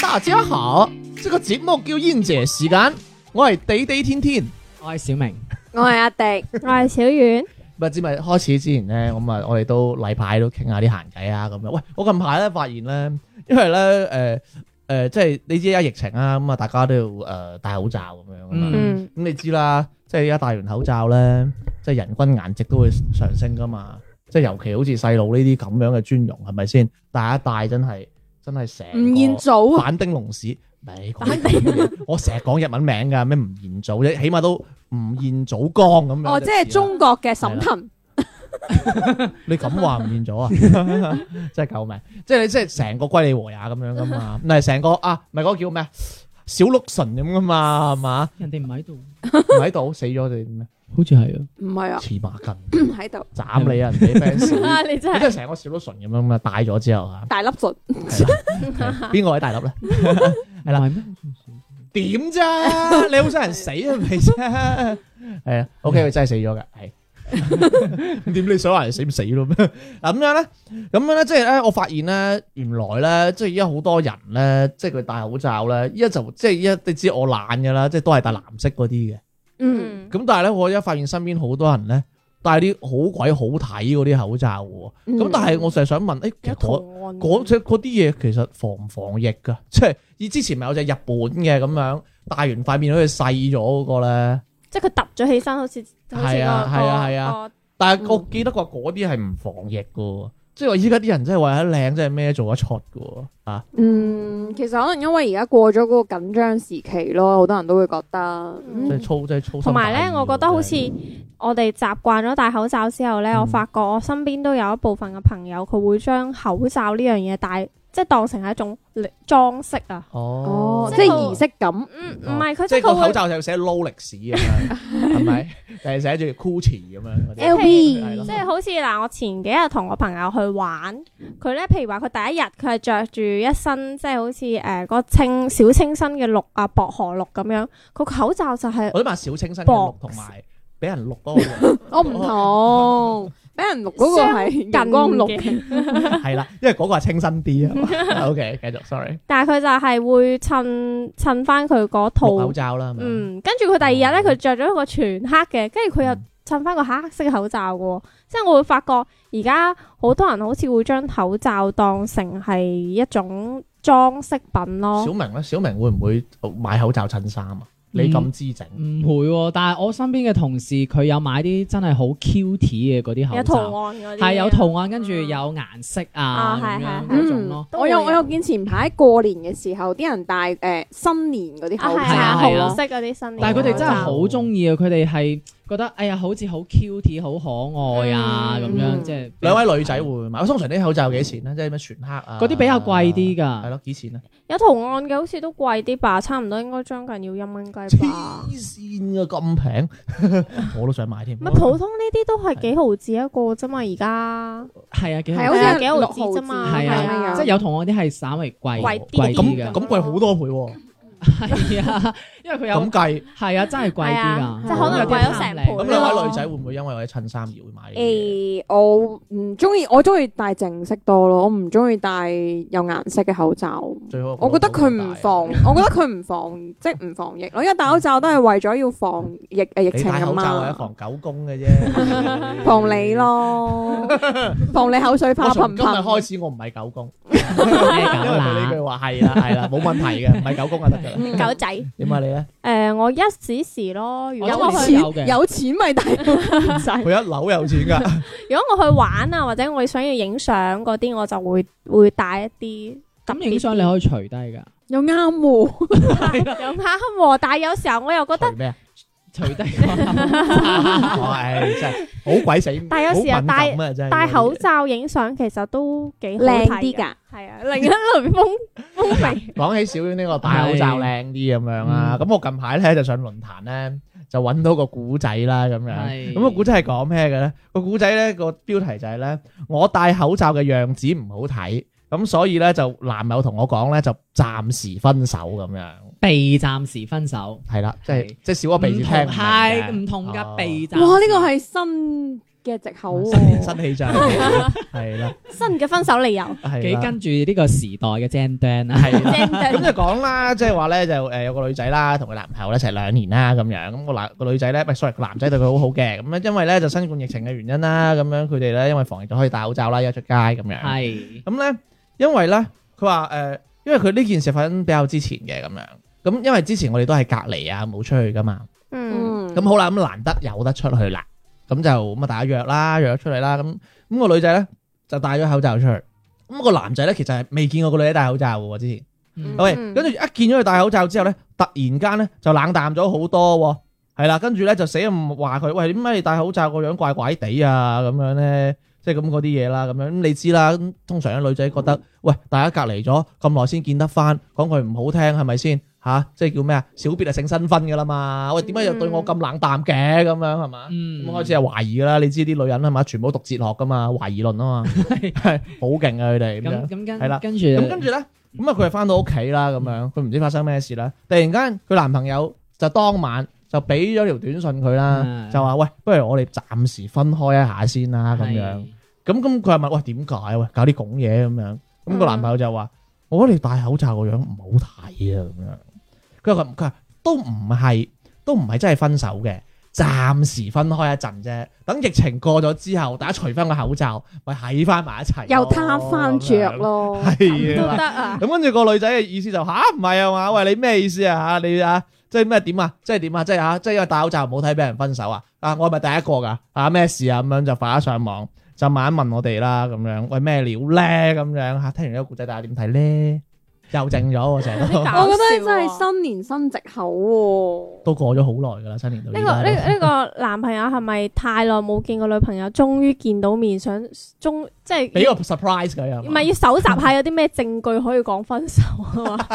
大家好，這個節目叫賢者時間，我係地地天天。我係小明，我係阿迪，我係小遠，咪知咪開始之前咧，咁啊，我哋都例牌都傾下啲閒偈啊，咁樣。喂，我近排咧發現咧，因為咧，誒、呃、誒、呃即係你知而家疫情啊，咁啊，大家都要誒、呃戴口罩咁樣啊嘛。咁、嗯嗯，你知啦，即係而家戴完口罩咧，即係人均顏值都會上升噶嘛。即係尤其好似細路呢啲咁樣嘅尊容，係咪先？大家戴真係真係成吳彥個祖啊，反丁龍史，咪反丁， 我成日講日文名㗎，咩吳彥祖啫，起碼都吳彥祖江咁樣。哦，即係，中國嘅沈騰，你咁話吳彥祖啊，真係救命！即係你即係成個龜梨和也咁樣㗎嘛，唔係成個啊，唔係嗰個叫咩啊小鹿純咁㗎嘛，係嘛？ 人哋唔喺度，唔喺度死咗定咩？好似係啊。唔係啊，黐孖筋，喺度斬你 啊！人 哋 fans，你真你真係成個小鹿純咁樣啊！戴咗之後 啊，大粒唇，係啦係邊個位大粒咧？係啦，咩？點 咋？你好想人死啊係咪啫？ 係啊，OK，佢真係死咗㗎，係。 點你想話人死唔死咯？ 咩？嗱咁樣咧，咁樣咧，即係咧，我發現咧，原來咧，即係而家好多人咧，即係佢戴口罩咧，依家就即係依家你知我懶㗎啦，即係都係戴藍色嗰啲嘅。嗯，嗯，咁但係咧，我而家發現身邊好多人咧，戴啲好鬼好睇嗰啲口罩喎。咁、嗯但係我就係想問，誒、其有實嗰圖案，嗰隻嗰啲嘢其實防唔防疫噶？ 即係以之前咪有隻日本嘅咁樣，戴完塊面好似細咗嗰個咧。即係佢揼咗起身，好似好似係啊個係啊係啊，但係我記得話嗰啲係唔防疫噶喎，即係話依家啲人真係為咗靚，真係咩做得出噶喎啊！嗯，其實可能因為而家過咗嗰個緊張時期咯，好多人都會覺得，嗯即係粗，即係粗心大意喎。啊同埋咧，我覺得好似真係我哋習慣咗戴口罩之後咧，嗯我發覺我身邊都有一部分嘅朋友，佢會將口罩呢樣嘢戴，即係當成係一種裝飾啊。哦哦，，即即係係儀式感，嗯，唔係佢即即係係個佢會口。罩就寫 low 歷史咁樣，係咪？定係寫住 Gucci 咁樣嗰啲 LV 係咯即係好似嗱，我前幾日同我朋友去玩，佢咧，譬如話佢第一日佢係着住一身即係好似呃誒個清小清新嘅綠啊薄荷綠咁樣，佢個口罩就係、我都話小清新嘅綠同埋俾人綠嗰個綠。我唔同，俾人錄嗰個係近哦近光綠，嘅，係啦，因為嗰個係清新啲啊。O K，繼續，sorry，但係佢就係會襯襯翻佢嗰套口套，罩啦，係咪嗯，跟住佢第二日咧，佢着咗一個全黑嘅，跟住佢又襯翻個黑色嘅口罩嘅喎，即係我會發覺而家好多人好似會將口罩當成係一種裝飾品哦咯小。明咧，小明會唔會哦買口罩襯衫啊？嗯你咁知整，唔會喎，但係我身邊嘅同事佢有買啲真係好 cute 嘅嗰啲有口圖罩，案嗰啲，係有圖案，跟住有顏色啊啊咁係樣係嗰種嗯咯。，都我會有有我有見前排過年嘅時候，啲人戴誒新年嗰啲啊，口係啊啊，係啊罩紅，色嗰啲新年，但係佢哋真係口罩好中意啊！佢哋係覺得哎呀，好似好 cute、好可愛啊咁嗯樣，嗯即係兩位女仔會唔會買？通常啲口罩幾錢咧？即係咩全黑啊？嗰啲比較貴啲㗎係咯，幾錢啊？有圖案嘅，好似都貴啲吧，差唔多應該將近要一蚊雞吧。黐線啊，咁平， 我都想買添。唔係普通呢啲都係幾毫子一個啫嘛，而家係啊，幾好係好似係啊係幾毫六子毫啫子嘛，係係啊，啊即係有同我啲係稍微貴貴啲貴㗎啲咁嘅，咁貴好多倍喎，係啊，因為佢有咁計。係啊，真係貴係啲啊㗎，即係可能有啲貴咗貪成靚咁倍兩位女仔會唔會因為我啲襯衫而會買呢啲嘢？誒，我唔中意，我中意戴淨色多咯，我唔中意戴有顏色嘅口罩。最好個我覺得佢唔防，戴啊我覺得佢唔防，即係唔防疫咯。因為戴口罩都係為咗要防疫誒疫你情戴啊口罩係嘛，防狗公嘅啫， 防你。 咯，防你口水我怕從頻今日頻。開始我唔係狗公。咩因為佢呢搞句啦？話係啦係啦，冇問題嘅，唔係狗公就得㗎 嗯啦。狗仔。點啊你咧？誒，我一時時咯，如我果都我係去試有嘅錢有錢咪戴口罩佢一樓有錢 㗎，如果我去玩啊，或者我想要影相嗰啲，我就會會帶一啲。咁影相你可以除低㗎，又啱喎，有啱喎，但係有時候我又覺得除咩啊？除低 個唉，真係好鬼死，但有時又好敏戴感啊，真係戴口罩影相其實都幾好睇靚啲㗎，㗎，係啊，另一輪風風味。講起小丸呢個戴口罩靚啲咁樣啦，嗯咁我近排咧就上論壇咧就揾到個古仔啦咁樣，係咁個古仔係講咩嘅咧？個古仔咧個標題就係咧，我戴口罩嘅樣子唔好睇，咁所以咧就男友同我講咧就暫時分手咁樣，被暫時分手，係啦，即係係即係少個鼻唔子同聽係係唔同哦㗎被暫時。哇！呢個係新嘅藉口哦新喎，新氣 象係啦，新嘅分手理由， 係幾啦。跟住呢個時代嘅啊 Gen Dan 啦，係啦正咁正就講啦，即係話咧就誒有個女仔啦，同佢男朋友咧一齊兩年啦咁樣，咁個男個女仔咧，唔係 sorry 個男仔對佢好好嘅，咁咧因為咧就新冠疫情嘅原因啦，咁樣佢哋咧因為防疫就可以戴口罩啦，而家出街咁樣。係咁咧，因為咧佢話誒，因為佢呢件事發生比較之前嘅咁樣，咁因為之前我哋都係隔離啊，冇出去噶嘛。嗯，嗯，咁好啦，咁難得有得出去啦，咁就咁啊大家約啦，約咗出嚟啦，咁咁個女仔咧就戴咗口罩出去，咁個男仔咧其實係未見過個女仔戴口罩嘅喎之前。嗯喂，嗯跟住一見咗佢戴口罩之後咧，突然間咧就冷淡咗好多喎、係啦，跟住咧就死唔話佢，喂，點解你戴口罩個樣怪怪地啊？咁樣咧，即係咁嗰啲嘢啦，咁樣咁你知啦，咁通常啲女仔覺得，喂，大家隔離咗咁耐先見得翻，講句唔好聽係咪先？吓、即係叫咩啊？小別啊，勝新婚噶啦嘛，喂，點解又對我咁冷淡嘅？咁樣係嘛？嗯咁開始係懷疑㗎啦，你知啲女人係嘛，全部都讀哲學噶嘛，懷疑論啊嘛，係好勁啊佢哋咁咁。樣咁跟係啦跟住咁跟住咧，咁啊佢就翻到屋企啦，咁樣佢唔知發生咩事啦。突然間佢男朋友就當晚就俾咗條短信佢啦嗯，就話喂，不如我哋暫時分開一下先啦，啊咁係樣。咁咁佢係問喂點解喂搞啲拱嘢咁樣？咁嗯個男朋友就話：我覺得你戴口罩個樣唔好睇啊咁樣。佢話佢話都唔係都唔係真係分手嘅，暫時分開一陣啫。等疫情過咗之後，大家除翻個口罩，咪喺翻埋一齊咯。又攤翻着咯，咁樣。係都啊。得啊，咁跟住個女仔嘅意思就吓唔係啊嘛，喂你咩意思啊吓你啊即係咩點啊即係點啊即係吓即係因為戴口罩唔好睇俾人分手啊啊我係咪第一個㗎啊咩事啊咁樣就發咗上網就問一問我哋啦咁樣喂咩料咧咁樣吓聽完呢個故仔大家點睇咧又靜咗喎成日 有啲都搞我覺得笑真喎係新年新藉口喎，都過咗好耐㗎啦新年到呢依個家呢都呢個男朋友係咪太耐冇見過女朋友，終於見到面，想終即俾係個 surprise 佢啊唔係要搜集下有啲咩證據可以講分 手啊嘛？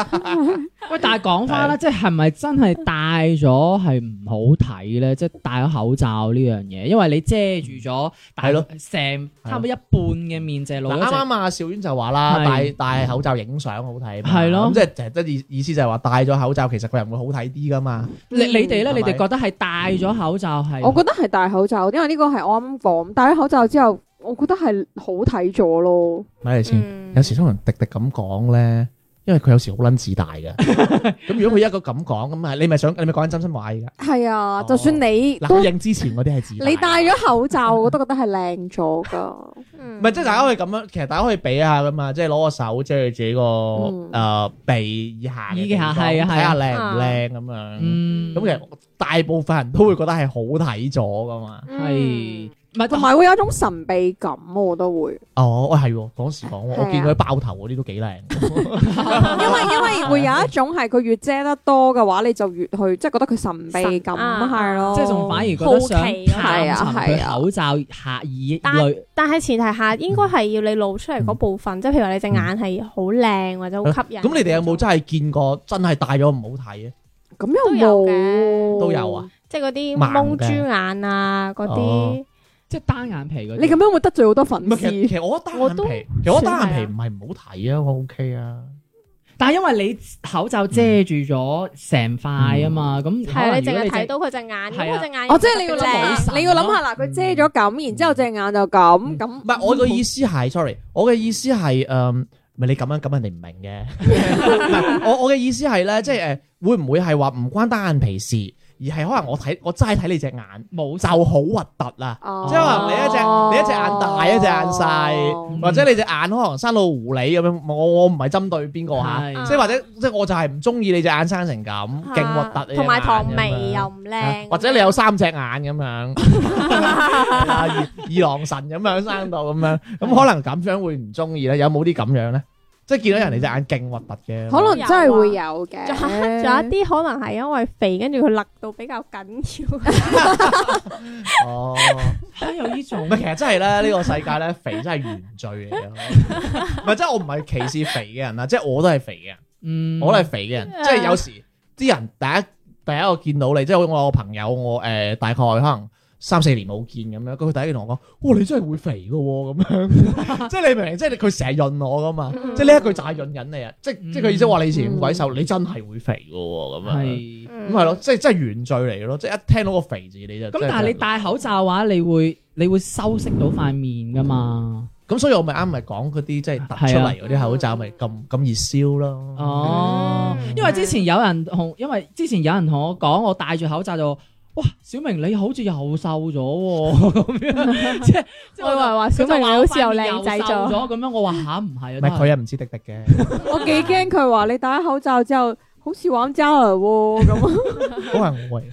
喂，但係講翻啦，即係係咪真係戴咗係唔好睇咧？即係戴咗口罩呢樣嘢，因為你遮住咗，係咯，成差唔多一半嘅面就係露嗱咗啱隻。啱啊，邵婉就話啦，戴係戴口罩影相好睇嘛，係咯咁即係即係意意思就係話戴咗口罩其實個人會好睇啲㗎嘛，你你哋咧，嗯你哋覺得係戴咗口罩係？我覺得係戴口罩，因為呢個係我啱啱講，戴咗口罩之後，我覺得係好睇咗咯。咪嚟先。嗯有時通常迪迪咁講咧，因為佢有時好撚自大嘅。咁如果佢一個咁講，咁啊，你咪想你咪講緊真心話㗎。係啊，哦就算你嗱，都佢認之前嗰啲係自大。你戴咗口罩，我都覺得係靚咗㗎。 唔唔係即係大家可以咁樣，其實大家可以比下噶嘛，即係攞個手遮住自己個嗯誒鼻以下嘅以地下方，係啊睇係下啊靚唔靚咁樣。嗯，咁其實大部分人都會覺得係好睇咗噶嘛。嗯係唔係同埋會有一種神秘感，我覺得 會，哦，喂係喎，講時講係喎，啊我見佢爆頭嗰啲都幾因靚。為因為會有一種係佢越遮得多嘅話，你就越去即係覺得佢神秘感神啊係咯，即係仲反而覺得想探好尋奇係佢啊口罩下以但類但係前提下，應該係要你露出嚟嗰部分，即係譬如話你隻眼係好靚或者好吸引。嗯咁你哋有冇真係見過真係戴咗唔好睇啊？咁都又有冇嘅都有啊。即係嗰啲盲嘅蒙豬眼啊嗰哦啲？即係單眼皮嗰啲。你咁樣會得罪好多粉啊唔係，其實絲其，實我覺得我單眼都皮，其實我覺得單眼算係皮啊唔係唔好睇啊，我 OK 啊。但係因為你口罩遮住咗成塊啊嘛，咁可係哦能你淨如果係你睇到佢隻眼，咁係啊佢隻眼啊哦，即係你要特別靚冇諗，你要諗下嗱，佢遮咗咁，然之後隻眼就咁咁，唔係我個意思係，sorry，我嘅嗯意思係誒，嗯唔係你咁樣咁人哋唔明 嘅。唔係我我嘅意思係咧，即係誒，會唔會係話唔關單眼皮事，而係可能我睇我齋睇你隻眼冇就好核突啦，Ờ. 即係話你一隻你一隻眼大一隻眼嗯細，或者你隻眼可能生到狐狸咁樣。我我唔係針對邊個啊嚇，係即係或者即係我就係唔中意你隻眼生成咁，勁核突你隻同埋眼唐咁眉樣啊又唔靚，或者 你有三隻眼咁樣，係啊二二郎神咁樣生到咁樣，咁可能咁樣會唔中意咧？有冇啲咁樣咧？即係見到人哋隻眼勁核突嘅。可能真係會有嘅。仲有仲有一啲可能係因為肥，跟住佢勒到比較緊要。哦，嚇有呢唔種係，其實真係咧，呢個世界咧，肥真係原罪嚟嘅。唔係，即係我唔係歧視肥嘅人啊啦，即係我都係肥嘅人。嗯，我都係肥嘅人，即係有時啲人第一第一個見到你，即係好似我有個朋友，我誒、呃大概可能三四年冇見咁樣，佢第一件同我講：哇，你真係會肥嘅喎咁 樣，即 係你明唔明？即係佢成日潤我噶嘛，嗯即係呢一句就係潤緊你啊！即係即係佢意思話你以前咁鬼瘦，你真係會肥嘅喎咁樣，嗯係。咁咁係咯，即係真係原罪嚟嘅咯，即係一聽到個肥字你就咁真係但係你戴口罩嘅話，你會你會修飾到塊面噶嘛？咁，所以我咪啱咪講嗰啲即係突出嚟嗰啲口罩咪咁咁熱燒咯。啊哦，因為之前有人同，因為之前有人同我講，我戴住口罩就話。哇，小明你好似又瘦咗喎， 咁 樣即係即係我以為話小明你好似又靚仔咗佢就話我塊面又瘦咗咁樣，我話吓唔係啊，唔都係係佢又唔知滴滴 嘅，我幾驚佢話你戴咗口罩之後，好似玩 Java 喎咁。可 能 我係。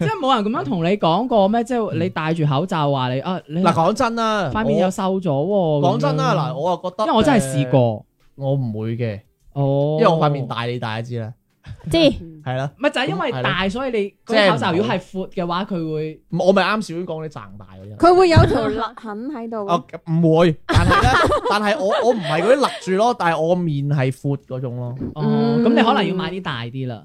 即係冇人咁樣同你講過咩？即係你戴住口罩話你啊，你嗯嗱，講真啦，塊面又瘦咗喎。講真啦，咁樣嗱，我又覺得，因為我真係試，過，我唔會嘅，哦，因為我塊面，大，你大家知啦，知係啦，唔係就係因為大，所以你即係嗰唔口罩如果係闊嘅話，佢會咁我咪啱小娟講你掙大嗰啲。佢會有條勒痕喺度。哦，唔會，但係咧， 但係我我唔係嗰啲勒住咯，但係我個面係闊嗰種咯，哦，嗯咁你可能要買啲大啲啦，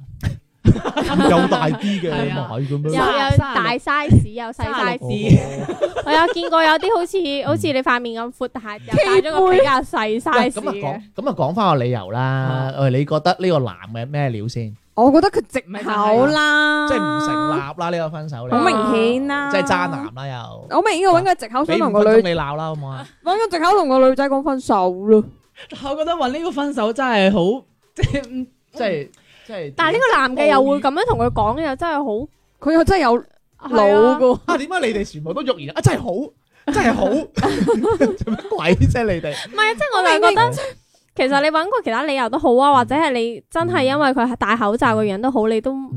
有大啲嘅係啊買咁有有三樣。十六大 size 有細三 size，十六哦我有見過有啲好似好似你塊面咁闊，但係又戴咗個比較細喂 size 咁啊嘅。講，咁啊講翻個理由啦啊。喂，你覺得呢個男嘅咩料先？我覺得佢直口啦，即係唔成立，啦，呢個分手好理由，明顯啦，即係渣男。啦又。好明顯，我揾個藉口想俾五同分個鐘女，你鬧啦，好唔好啊？揾個藉口同個女仔講分手咯。我覺得揾呢個分手真係好， 即係即嗯係即係。但係呢個男嘅又會咁樣同佢講，又真係佢又真係有好腦係啊噶。啊，點解你哋全部都肉言啊？真係好，真係好，做乜鬼啫？你哋唔係啊，即係我就覺得。其實你揾過其他理由都好啊，或者係你真係因為佢係戴口罩嘅樣都好，你都唔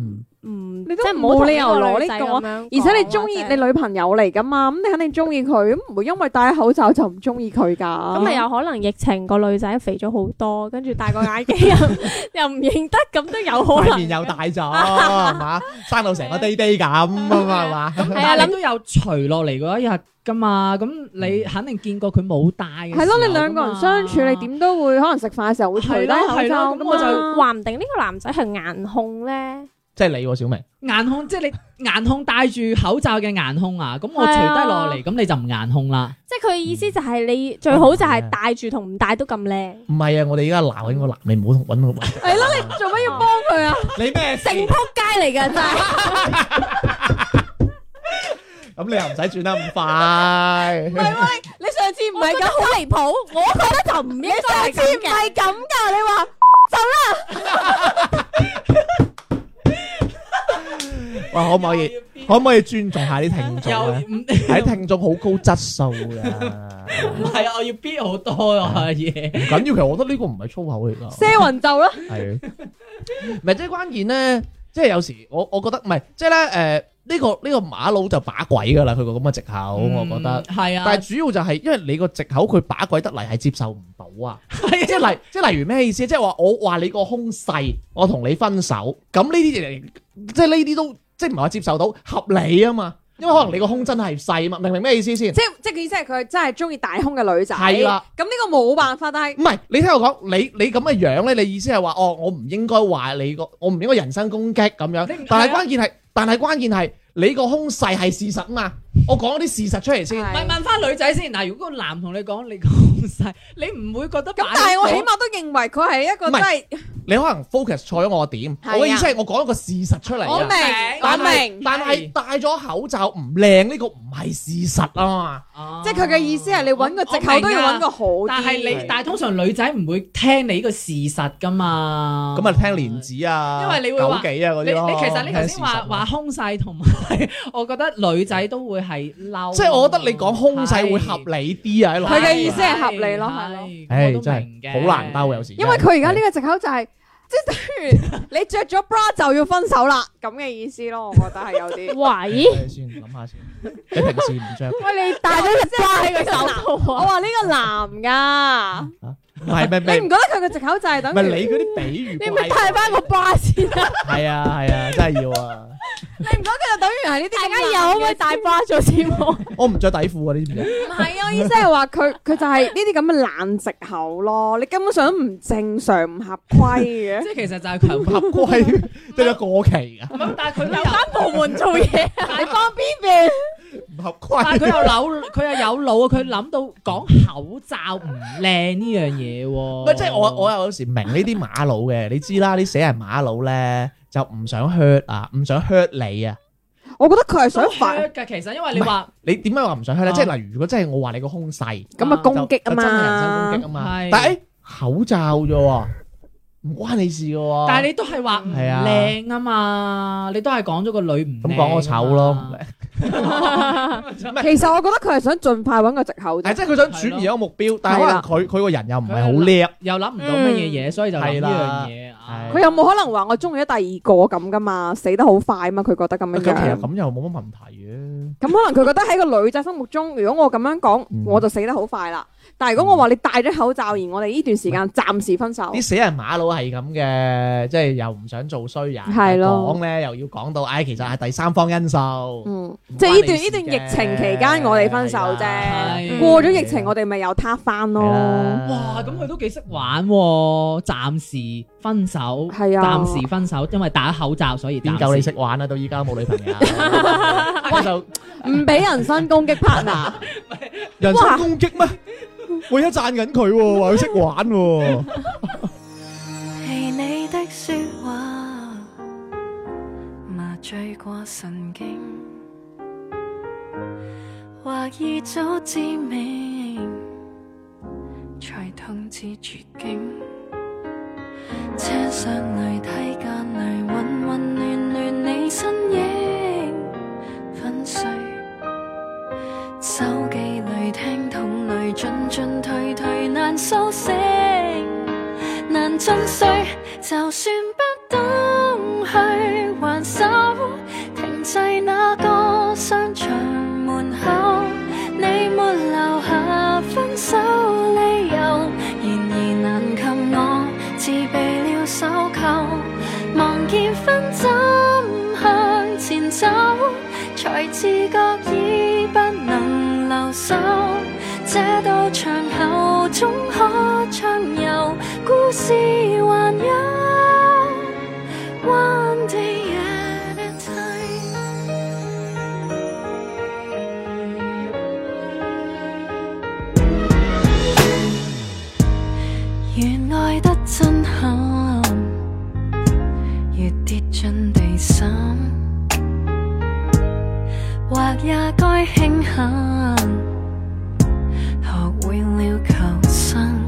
嗯，即都係唔好冇同理由個攞女呢仔個咁樣而且你講中意或者你女朋友嚟噶嘛，咁你肯定中意佢，咁唔會因為戴口罩就唔中意佢噶。咁咪有可能疫情個女仔肥咗好多，跟住戴個眼鏡又 又唔認得，咁都有可塊能。面又大咗，係嘛？生到成個滴滴咁啊嘛，係嘛？咁係啊但係你都有除落嚟嗰一日噶嘛，咁你肯定見過佢冇戴嘅時候㗎嘛。係咯，你兩個人相處，你點都會可能食飯嘅時候會除低口罩啊係咯係咯咁咁我我就就話唔定呢個男仔係顏控咧，即係你喎，小明。顏控，即係你顏控戴住口罩嘅顏控啊，咁我除低落嚟，咁你就唔顏控啦。即係佢意思就係你最好就係戴住同唔戴都咁靚。唔係啊，我哋而家鬧緊個男，你唔好揾 我。係咯，你做乜要幫佢啊？你咩事？街嚟㗎 真係，咁你又唔使轉得咁 快。你上次唔係咁，好離譜，我覺得就唔應該係咁嘅。係咁噶，你話哇，可唔可以？可唔可以尊重下啲聽又眾咧？唔啊係啲聽眾好高質素噶， 唔係啊，我要逼好多 啊嘢。唔緊要。其實我覺得呢個唔係粗口嚟㗎。遮雲就啦，係， 唔係即係關鍵咧，即係有時我我覺得唔係，即係咧誒，呃呢個呢個馬佬就把鬼㗎啦，佢個咁嘅藉口，我覺得。係啊， 但係主要就係因為你個藉口佢把鬼得嚟係接受唔到啊，即係例即係例如咩意思？即係話我話你個胸細，我同你分手，咁呢啲嘢即係呢啲都即係唔係話接受到合理啊嘛？因為可能你個胸真係細啊嘛，明唔明咩意思先？即即係意思係佢真係中意大胸嘅女仔。係啦，咁呢個冇辦法，但係唔係，你聽我講，你你咁嘅樣咧，你意思係話，哦，我唔應該話你個，我唔應該人身攻擊咁你唔樣。但係係啊關鍵係，但係關鍵係，你個胸細係事實啊嘛。我講啲事實出嚟先。唔係係問翻女仔先嗱，如果個男同你講你咁細，你唔會覺得咁，但係我起碼都認為佢係一個唔真係係你可能 focus 錯咗我嘅點。係啊我嘅意思係，我講一個事實出嚟我啊。但係明，我明，但係戴咗口罩唔靚呢個唔係事實啊嘛。碼即係佢嘅意思係你揾個藉口都要揾個好啲。啊但係你係但係通常女仔唔會聽你呢個事實噶嘛。咁啊，聽蓮子啊，因為你會話九幾啊嗰你啲咯你其實你頭先話聽事實咯啊話胸細同埋， 我覺得女仔都會係嬲。即係我覺得你講胸細會合理啲啊喺內佢嘅心意思係合理咯係係咯唉，我都真明嘅。係好難兜有啊時真係。因為佢而家呢個藉口就係、即係等於你着咗 bra 就要分手啦，咁嘅意思咯，我覺得係有 啲。喂，睇先，哎諗下先。你平時唔着喂，你戴咗隻 bra 喺個手度我啊！話呢個男噶，啊？唔係唔係唔你唔覺係得佢嘅藉口就係等唔於係你嗰啲比喻，啊你咪派翻個巴先啊！係啊係啊，真係要啊！你唔覺得佢就等於係呢啲大咁家嘅有啊可唔可以嘢大巴做節目？我唔着底褲啊，你知唔知？唔係啊，我意思係話佢佢就係呢啲咁嘅爛藉口咯，你根本上都唔正常、唔合規 嘅。即係其實就係強迫。 合規都有過期啊㗎，唔係，但係佢都有，翻部門做嘢，啊大方邊邊？唔合但係規。佢又扭，佢又有腦啊！佢諗到講口罩唔靚呢樣嘢喎。唔係即係我我有時明呢啲馬佬嘅，你知啦，啲死人馬佬咧就唔想 hurt 啊，唔想 hurt 你啊。我覺得佢係想想反， hurt 㗎，其實因為你話你點解話唔想 hurt 咧？啊即係例如，如果真係我話你個胸細，咁啊攻擊啊就就真係人身嘛。攻擊啊嘛係。但係誒口罩啫喎，唔關你事嘅喎。但係你都係話唔哦係啊靚啊嘛，你都係講咗個女唔啊咁講我醜咯，其實我覺得佢係想盡快揾個藉口係啫。即係佢想轉移一個目標，但係可能佢佢個人又唔係好叻，又諗唔到乜嘢嘢，所以就諗呢樣嘢啊嗯係。佢有冇可能話我中意咗第二個咁噶嘛？死得好快嘛？佢覺得咁樣咁其實樣。咁又冇乜問題嘅。咁可能佢覺得喺個女仔心目中，如果我咁樣講，嗯我就死得好快啦。但係如果我話你戴咗口罩，而我哋呢段時嗯間暫時分手，啲死人馬佬係咁嘅，即係又唔想做衰人，係咯講咧又要講到，唉，其實係第三方因素，嗯，唔關即係呢段你呢事段嘅疫情期間我哋分手啫。係過咗疫情，我哋咪又撻翻咯。哇！咁佢都幾識玩喎，暫時分手，係啊暫時分手，因為戴咗口罩，所以點暫夠你時識玩啊？到依家都冇女朋友，我就唔俾人身攻擊 partner，人身攻擊咩？我而家讚緊佢喎，話佢識玩喎。係你的說話麻醉過神經，或已早知明，才痛至絕境。車廂裏、梯間裏，混混亂亂你身影，粉碎。手機裏、聽筒裏，進進退退，難蘇醒。難進睡，就算不懂去還手，停滯那個商場門口，你沒留下分手理由，然而難及我自備了手扣，望見分針向前走，才自覺已不能留守，這道牆後終可暢遊。故事還有 one day at a time。越愛得震撼，越跌進地心，或也該慶幸，學會了求生。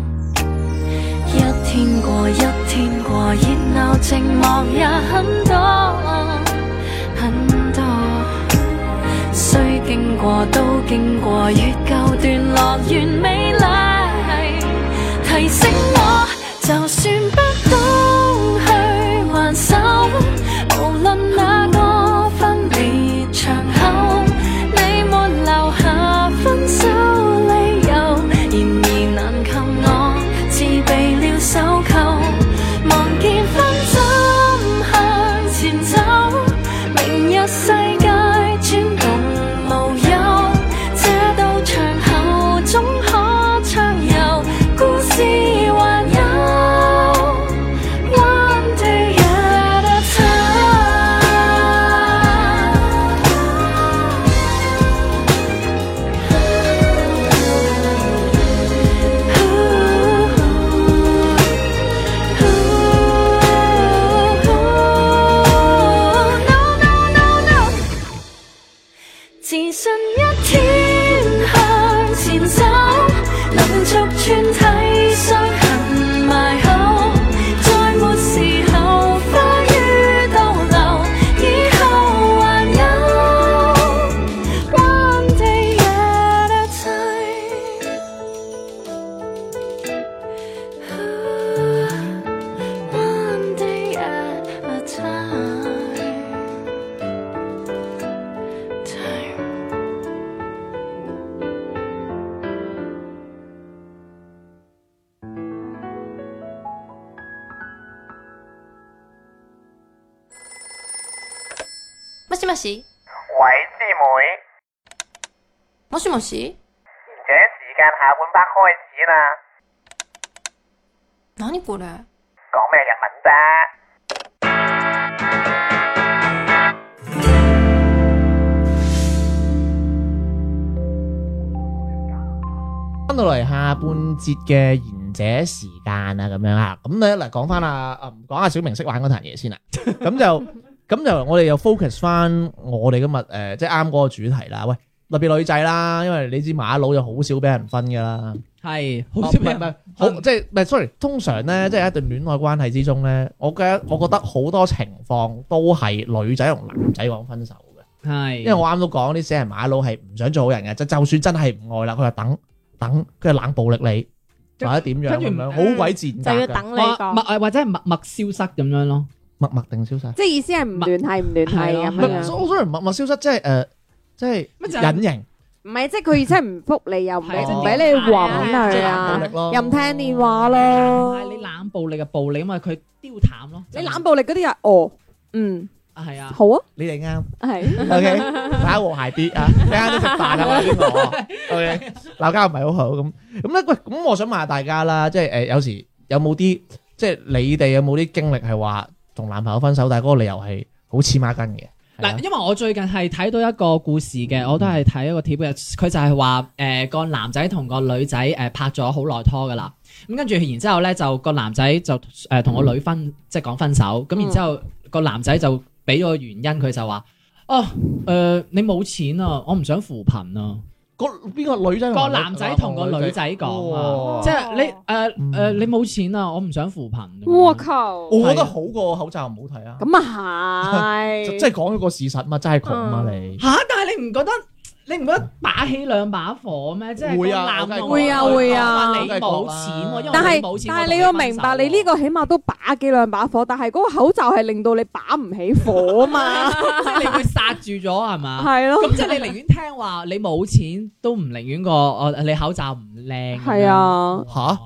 一天過一天過，熱鬧寂寞也很多很多。雖經過都經過，越舊段落越美麗。提醒我，就算不懂去還手，無論哪個分離場口，你沒留下分手理由，然而難及我自備了手扣，望見分針向前走，明日世界轉動無憂，這道牆後總可暢遊，故事還有 one day at a time。自信一天向前走，能逐寸體傷痕埋口，再沒時候花於逗留，以後還有 one day at a time。One day at a time. Time. もし喂，師妹，もしもし賢者時間下半 part 開始啦，何これ講咩日文啫？翻到嚟下半節嘅賢者時間啊，咁樣啊，咁咧嗱，講翻啊，啊唔講下小明識玩嗰壇 嘢先啦，咁就咁就我哋又 focus 翻我哋今日誒、呃即係啱嗰個主題啦。喂，特別女仔啦，因為你知馬佬就好少俾人分噶啦，係唔好少係人唔係好即係唔係 sorry，通常咧即係一段戀愛關係之中咧，我嘅我覺得好多情況都係女仔同男仔講分手嘅。係，因為我啱都講啲死人馬佬係唔想做好人嘅，就就算真係唔愛啦，佢就等等，佢就冷暴力你，跟或者點樣跟住咁樣，好鬼賤就格要㗎，等你或講。或或者係默默消失咁樣咯。默默定消失。即係啊意思係唔聯繫唔聯繫係啊咁唔係，樣所。以我雖然默默消失，即係誒，即係乜就係隱形，唔係，即係佢真係唔覆你，又唔係啊唔俾你揾即佢係冷暴啊力，咯。又唔聽電話唔咯係。你冷暴力嘅暴力，因為佢丟淡咯。你冷暴力嗰啲人，哦，嗯，啊係啊，好啊，你哋啱。係 OK，大家和諧啲啊！你啱都食飯啊，我啲同學。OK，鬧交唔係好好咁。咁咧，喂，咁我想問下大家啦，即係誒，有時有冇啲即係你哋有冇啲經歷係話同男朋友分手，但係嗰個理由係好黐孖筋嘅？係啊嗯嗱，因為我最近係睇到一個故事嘅，我都係睇一個貼嘅，佢就係話誒個男仔同個女仔誒、呃拍咗好耐拖噶啦，咁跟住然之後咧就個男仔就誒同、嗯個女分即係講分手，咁然之後個男仔就俾咗個原因，佢就話哦誒、呃你冇錢啊，我唔想扶貧啊，個邊個女仔同個男仔同個女仔講啊，哇即係你誒誒、呃哦嗯呃你冇錢啊，我唔想扶貧啊。我靠，我覺得好過口罩唔好睇啊！咁啊係，就即係講咗個事實嘛，真係窮啊你。吓！但係你唔覺得你唔覺得把起兩把火咩？即係會啊個男同會啊女會啊講話你冇錢喎，因但為係你冇錢，但係係你要明白，你呢個起碼都把幾兩把火，但係嗰個口罩係令到你把唔起火 嘛， 即係你會殺住咗係嘛？係啊咯，咁即係你寧願聽話你冇錢，都唔寧願個我你口罩唔靚。係，啊，吓嚇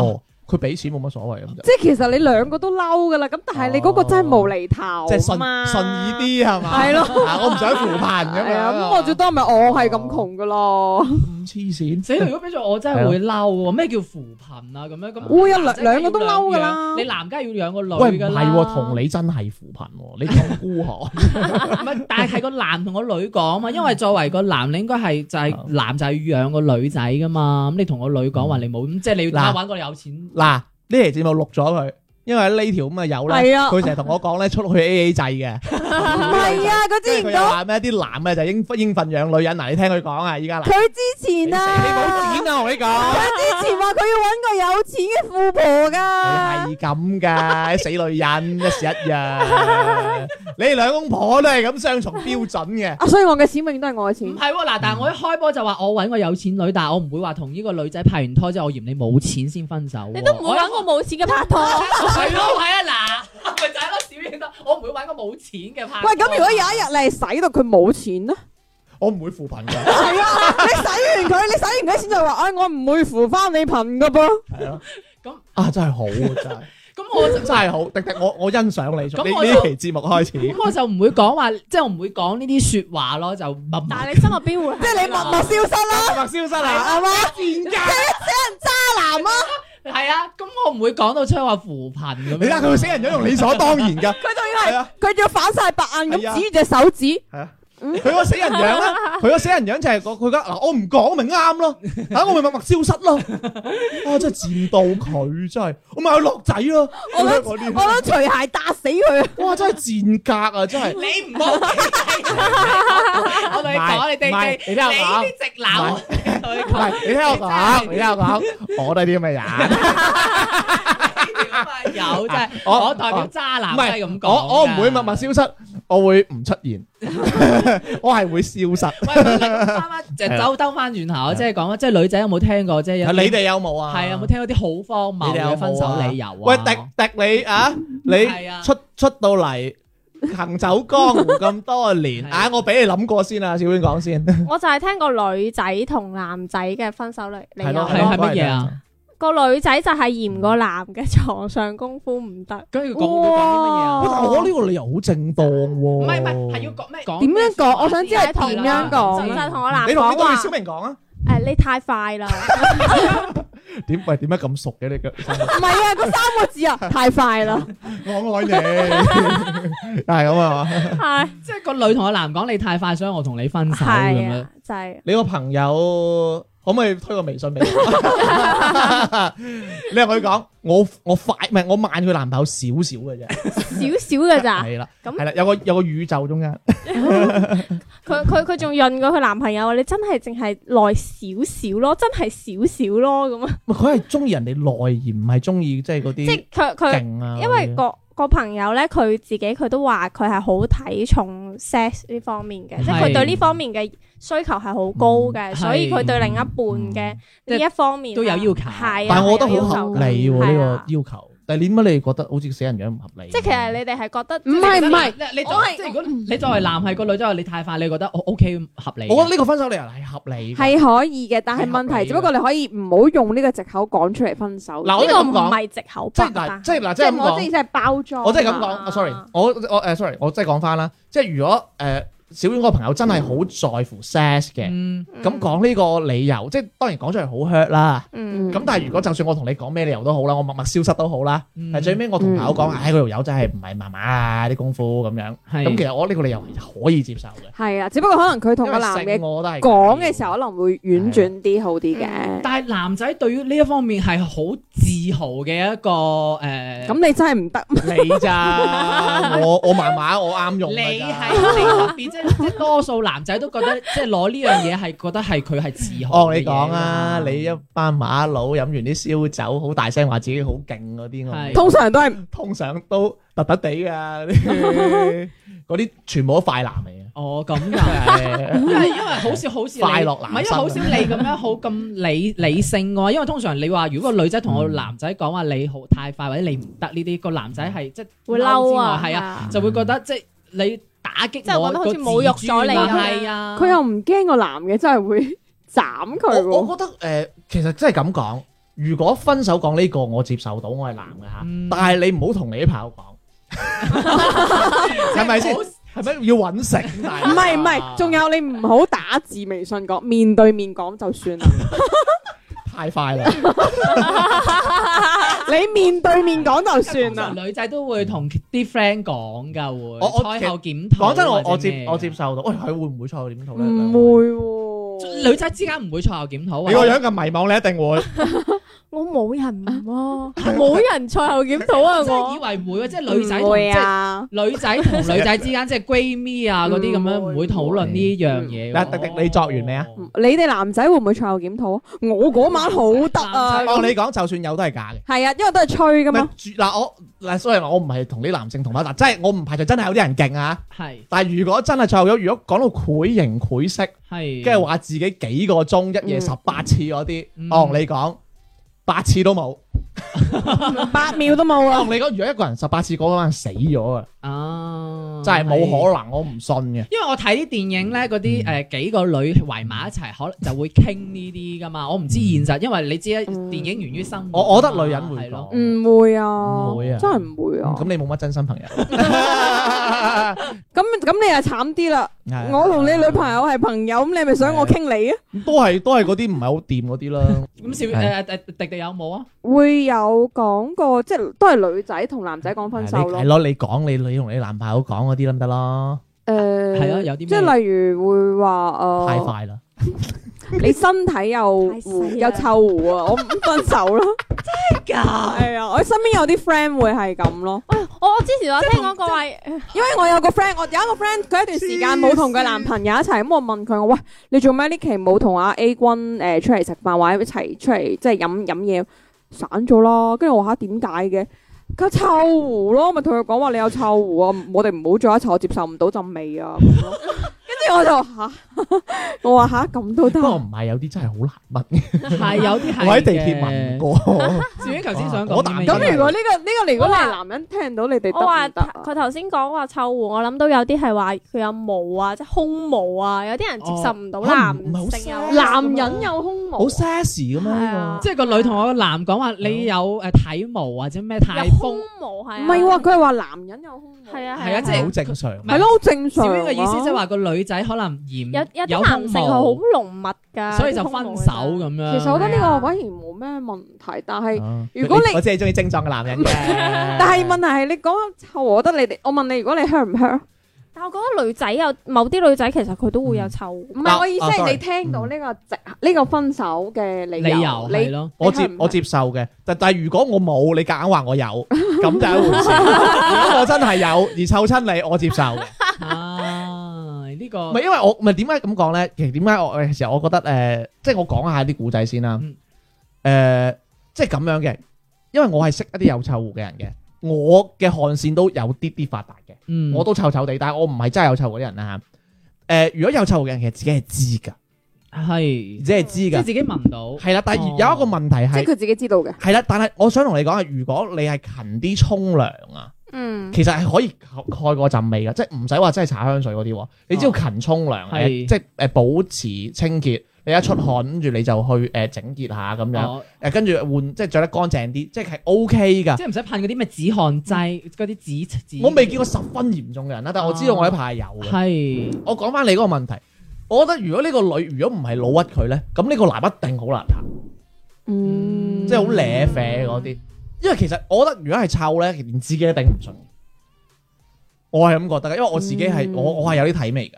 哦，佢俾錢冇乜所謂咁就，即係其實你兩個都嬲噶啦，咁但係你嗰個真係無厘頭，哦啊即係順嘛，順耳啲係嘛？係咯啊，我唔想扶貧咁係樣啊，。咁我最多咪我係咁窮噶 咯，咁黐線。死啦！如果俾咗我真係會嬲喎，咩叫扶貧啊？咁樣咁會啊兩男仔兩梗係要個都嬲㗎啦養你男家要養個喂，女唔㗎啦。係喎，同你真係扶貧喎，你咁孤寒， 唔係，但係個男同個女講嘛，因為作為個男，你應該係就係男就係養個女仔噶嘛，咁你同個女講話你冇，咁即係你要打玩個有錢，嗱，呢期節目錄咗佢，因為呢條咁嘅友咧，係啊佢成日同我講咧出去 A A 制嘅，唔係啊，佢之跟住佢前又都話咩啲男嘅就應應份養女人，嗱你聽佢講啊，依家嗱，佢之前啊你。冇錢啊，我同你講，之前話佢要揾個有錢嘅富婆噶，你係咁 噶，死女人一時一樣，你哋兩公婆都係咁雙重標準嘅，啊，所以我嘅使命都係我嘅唔錢。係喎嗱，但係我一開波就話我揾個有錢女，但係我唔會話同呢個女仔拍完拖之後我嫌你冇錢先分手喎，你都唔會我揾個冇錢嘅拍拖，係咯係啊嗱， 咪就係咯小嘢得，我唔會揾個冇錢嘅拍 拖。喂，咁如果有一日你係使到佢冇錢咧，我唔會扶貧㗎。係啊， 你使完佢，你使完佢錢就話，哎唉，我唔會扶翻你貧噶噃。係咯，咁啊真係好啊，咁我就真係真係好，迪迪我我欣賞你從呢咁我就呢期節目開 始。咁我就唔會講話，即係我唔會講呢啲説話咯，就默默但係你心入邊 會即係你默默消失啦， 默默消失啊啦，係嘛？賤格，渣男啊！係啊，咁我唔會講到出去話扶貧咁樣。你睇下佢個死人樣用理所當然㗎，佢仲要係係啊，佢仲要反晒白眼係咁啊指住隻手指，係啊。佢個死人樣咧， 佢個死人樣就係個佢覺得嗱，我唔講咪啱咯，嚇我咪默默消失 咯，啊真係賤到佢真係，我咪去落仔咯，我覺都我得嗰啲都除鞋打死佢。哇真係賤格啊真係，你唔 好，我同你講，你唔係哋你聽我講啊你啲直男，我同你唔係講，你聽我講，你聽我講，我都係啲咁嘅人。你條啊友真係，啊我我代表渣男唔都係係咁講。 我我唔會默默。消失，我會唔出 現，我係會消失。喂，你翻 翻就啊兜兜翻轉頭，啊即係講即係女仔有冇聽過即係有你哋有冇啊？係啊，有冇聽過啲好荒謬你哋有冇啊嘅分手理由啊？喂，迪迪你啊，係你啊出出到嚟行走江湖咁多年，係啊啊，我俾你諗過先啊，小娟講先，係我就係聽過女仔同男仔嘅分手理理由係咯係。乜嘢啊？個女仔就係嫌個男嘅床上功夫唔得，跟住講會講啲乜嘢啊？喂但我覺得呢個理由好正當唔喎。係唔係，係要講咩？講點咩樣講？我想知係點樣就就講。啊同我男你同你講對話小明講啊？誒，你太快啦，點喂點解咁熟嘅你嘅？唔係啊，嗰三個 字啊，太快啦。我愛你， 係咁啊嘛。係即係個女同個男講你太快，所以我同你分手咁係樣啊。，就係你個朋友可唔可以推個微信俾我？ 你又可以講我我快唔係我慢佢男朋友少少嘅啫，少少嘅咋。係啦，咁係啦，有個有個宇宙中間，佢佢佢仲潤過佢男朋友啊！你真係淨係耐少少咯，真係少少咯咁啊！唔係佢係中意人哋內而唔係中意即係嗰即啲係佢佢，勁啊嗰啲，因為個個朋友咧，佢自己佢都話佢係好睇重 sex 呢方面嗯嘅，即係佢係對呢方面嘅需求係好高嘅，嗯所以佢對係另一半嗯嘅呢一方面都有要求係啊，但係我覺係有得要好求合嘅理喎係呢啊個要求，但係點解你哋覺得好似死人樣唔合理？即係其實你哋係覺得唔係唔係，你你我作係即係如果你作為男係個女仔話你太快，你覺得我 OK 合理嘅。我覺得呢個分手理由係合理嘅。啊係可以嘅，但係問係合理題嘅只不過你可以唔好用呢個藉口講出嚟分手。嗱我呢個咁唔講係啊藉口即吧係？嗱，即係嗱，即即係係咁我講即。係包裝啊。我真係咁講啊，sorry，我我誒 sorry，我真係講翻啦，即係如果誒小婉嗰個朋友真係好在乎 sex 嘅，嗯咁講呢個理由，即係當然講出嚟好 hurt 啦。嗯咁但係如果就算我同你講咩理由都好啦，我默默消失都好啦，嗯但係最尾我同朋友講，唉嗰條友真係唔係麻麻啊啲功夫咁樣，係咁其實我呢個理由係可以接受嘅，係啊，只不過可能佢同因個為男嘅性我覺得係講嘅時候可能會婉轉啲，好啲嗯嘅。但係男仔對於呢一方面係好自豪嘅一個誒，咁你真係唔得，你咋，我我麻麻我啱用㗎 咋你係你特別即 係即係多數男仔都覺得即係攞呢樣嘢係覺得係佢係自豪哦，嘅嘢㗎嘛。你講啊，你一班馬佬飲完啲燒酒，好大聲話自己好勁嗰啲，我唔係通常都係通常都突突地噶， 嗰啲全部都快男嚟嘅哦咁 㗎。因為因為好少好少你啊快樂男唔係因為生啊好少你咁樣好咁理理性嘅話，因為通常你話如果個女仔同嗯個男仔講話你好太快或者你唔得呢啲，個男仔係即係會嬲啊之，外係啊，就會覺得即係你打係擊覺我得好個似侮辱自咗你尊啊咁樣係啊，佢又唔驚個男嘅真係會斬佢我喎。我覺得誒、呃其實真係咁講，如果分手講呢、個，我接受到，我係男嘅嚇，嗯但係你唔好同你啲朋友 講，係咪先？係咪要揾食？啊唔唔係唔係，仲有你唔好打字微信講，面對面講就算 啦。太 快啦！你面對面講就算啦。女仔都會同啲 friend 講㗎，會嗯我我賽後檢討。講真，我我或者接咩我接受到，喂，佢會唔會錯點討咧？唔會喎，女仔之間唔會賽後檢討。啊你個樣咁迷茫，你一定會。我冇人 唔喎，冇人賽後檢討啊我真係以我。為唔會啊，即係女仔唔同會即係啊，女仔同女仔之間，即係閨蜜啊嗰啲咁 樣，唔會討論呢樣嘢喎。嗱迪迪你作完未啊你哋男仔會唔會賽後檢討啊？我嗰晚好得啊，我哦你講，就算有都係假嘅。係啊，因為都係吹噶唔係嘛。絕嗱我嗱，雖然我唔係同啲男性同胞，嗱，真係我唔排除真係有啲人勁啊。係但係如果真係最後咗，如果講到繪形繪色，係，跟住話自己幾個鐘一夜嗯十八次嗰啲，嗯我同你講八次都冇。八秒都冇我啊！同你講，如果一個人十八次嗰晚死咗啊，啊，真係冇係。可能，我嗯唔信嘅。因為我睇啲電影咧，嗰啲誒幾個女圍埋一齊，可能 就會傾呢啲噶嘛。我唔知現實，因為你知啦，啊嗯電影源於生活啊嘛。我我覺得女人會係咯講，唔會啊，唔會啊真係唔會啊咁。你冇乜真心朋友。啊咁咁你又慘啲啦！係我同你女朋友係朋友，咁你咪想我傾你啊？都係都係嗰啲唔係好掂嗰啲啦。咁小誒係誒迪迪有冇啊？會有講過，即係都係女仔同男仔講分手咯係。咯，你講你你同你男朋友講嗰啲得唔得咯？誒，係呃啊有啲咩即係例如會話太誒，快啦！你身體有太狐細有啦臭狐啊，我唔分手啦。真係㗎？係啊，我身邊有啲 friend 會係咁咯。我我之前我聽講過話。因為我有個 friend，我有一個 friend，佢一段時間冇同佢男朋友一齊，咁我問佢，我喂，你做咩呢期冇同阿 A 君誒、呃出嚟食飯或者一齊出嚟即係飲飲嘢，散咗啦。跟住我話吓點解嘅？佢有臭狐咯，咪同佢講話你有臭狐啊，我哋唔好再一齊，我接受唔到陣味啊。咁咯跟住我就吓， 我話吓咁都得啊不。過唔係有啲真係好難問，係有啲係。我喺地鐵問。過。小英頭先想講啲我男咩嘢咁如果呢、個呢、個，如果你係我男人聽到你哋得我話唔得啊？佢頭先講話臭狐，我諗到有啲係話佢有毛啊，即係胸毛啊，有啲人接受唔到哦男可能唔啊係好性有識男人有胸毛好 sassy 噶嘛呢即係啊個女同我個男講話，你有诶體毛啊或者咩太有胸風，毛係啊唔係喎，佢係話男人有胸毛，係啊係啊，即個，係好正常。係咯，好正小常啊。英嘅意思即係話個女仔可能嫌有有啲男胸性係好毛，濃密㗎，所以就分手咁樣。其實我覺得係啊呢個反而冇咩問題，但係啊如果你我只係中意精壯嘅男人啊嘅， 但係問題係你講臭，我覺得你哋，我問你，如果你 hurt 唔 hurt？但我覺得女仔有某啲女仔其實佢都會有嗯臭，唔啊係我意思啊係，sorry，你聽到呢個藉呢個分手嘅理理由你係咯，我你接係唔係我接受嘅，但但係如果我冇，你夾硬話 我有，咁就一回事。如果我真係有而湊親你，我接 受嘅。啊呢個唔係因為我唔係點解咁講咧？其實點解我有時候我覺得誒、呃即係我講下啲古仔先啦。誒、嗯嗯即係咁樣嘅，因為我係識一啲有臭狐嘅人嘅，我嘅汗腺都有啲啲發達嘅，嗯我都臭臭地，但係我唔係真係有臭嗰啲人啦嚇。誒、如果有臭嘅人，其實自己係知㗎，係自己係知即係㗎，自己聞到，係啦。但係有哦一個問題即係係佢自己知道嘅。係啦，但係我想同你講啊係，如果你係勤啲沖涼啊。嗯，其實係可以蓋過陣味嘅，即係唔使話真係搽香水嗰啲喎。你只要勤沖涼，係誒即係誒保持清潔。你一出汗，跟住你就去誒整潔下咁樣，哦誒跟住換即係着得乾淨啲，即係係 O K 㗎。即係唔使噴嗰啲咩止汗劑，嗰啲止止。我未見過十分嚴重嘅人啦，啊但係我知道我呢排係有嘅。嗯係我講翻你嗰個問題，我覺得如果呢個女如果唔係老屈佢咧，咁呢個男一定好邋遢。嗯，即係好舐啡嗰啲。因為其實我覺得如果係臭咧，連自己都頂唔順。我係咁覺得嘅，因為我自己係、嗯我我係有啲體味㗎。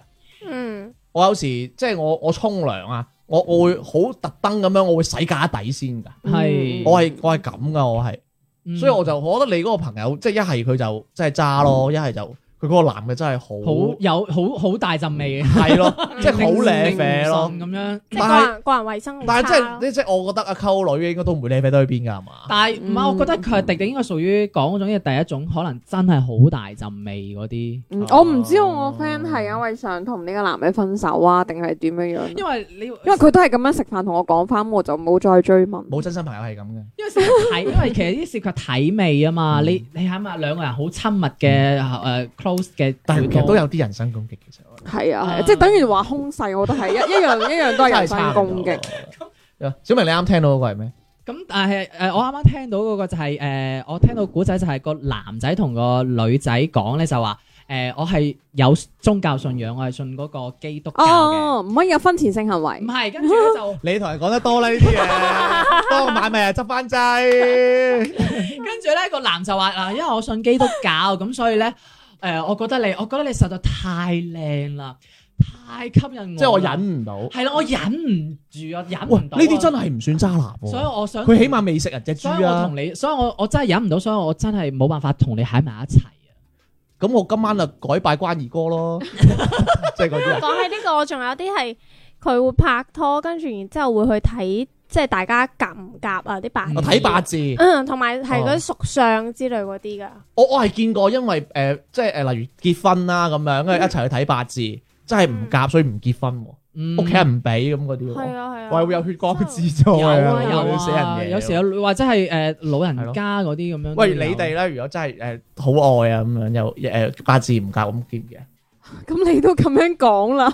嗯，我有時即係我我沖涼啊，我我會好特登咁樣，我會洗架底先㗎。嗯係，我係我係咁㗎，我係，嗯所以我就我覺得你嗰個朋友即係一係佢就即係渣咯，一係就佢嗰個男嘅真係好好有好好大陣味嘅，係咯，即係好令。舐啡咯人唔信咁樣。即但係係個人個人衞生好但係即差係咯，即係我覺得啊，溝女應該都唔會舐啡得去邊㗎係嘛？但係唔係，我覺得佢係迪迪應該屬於講嗰種嘅第一種，可能真係好大陣味嗰啲。嗯我唔知道我 friend 係因為想同呢個男人分手啊，定係點樣樣？因為你因因為佢都係咁樣食飯同我講翻，我就冇再追問。冇真心朋友係咁嘅。因為涉及體，因為其實啲涉及體味啊嘛。嗯你你諗下兩個人好親密嘅誒 close 嘅，但係會其實多都有啲人身攻擊，其實我覺得係啊，係啊啊，即係等於話空勢，我覺得係一一樣一樣都係人身攻 擊。。小明，你啱聽到嗰個係咩？咁但係誒、呃我啱啱聽到嗰個就係、呃我聽到古仔就係個男仔同個女仔講咧，就話誒、呃我係有宗教信仰，我係信嗰個基督教嘅。哦，唔可以有婚前性行唔為。係，跟住咧就你同人講得多啦呢啲 嘢，當晚咪執翻劑。跟住咧個男就話嗱，因為我信基督教，咁所以咧誒、呃我覺得你，我覺得你實在太靚啦，太吸引我，即係我，忍唔到。係啦，我忍唔住啊，忍喂，唔呢到啊。啲真係唔算渣男所以喎。我想佢起碼未食人隻所以豬我啊同！你，所以我我真係忍唔到，所以我真係冇辦法同你喺埋一齊啊。咁我今晚就改拜關二哥咯， 即係嗰啲啊。講起呢個，仲有啲係佢會拍拖，跟住然之後會去睇，即係大家夾唔夾啊啲八字嗯我睇八字，嗯，同埋哦係嗰啲屬相之類嗰啲噶，我我係見過，因為誒即係呃誒，例如結婚啦咁樣，跟住一齊去睇八字，真係唔夾，所以唔結婚喎，嗯屋企人唔俾咁嗰啲係喎。啊係啊，我係會有血光之災有啊！啊有會啊，死人嘢。有時有或者係誒老係人咯家嗰啲咁樣。喂，你哋咧，如果真係誒好愛啊咁樣，又誒八字唔夾咁結嘅，咁你都咁樣講啦，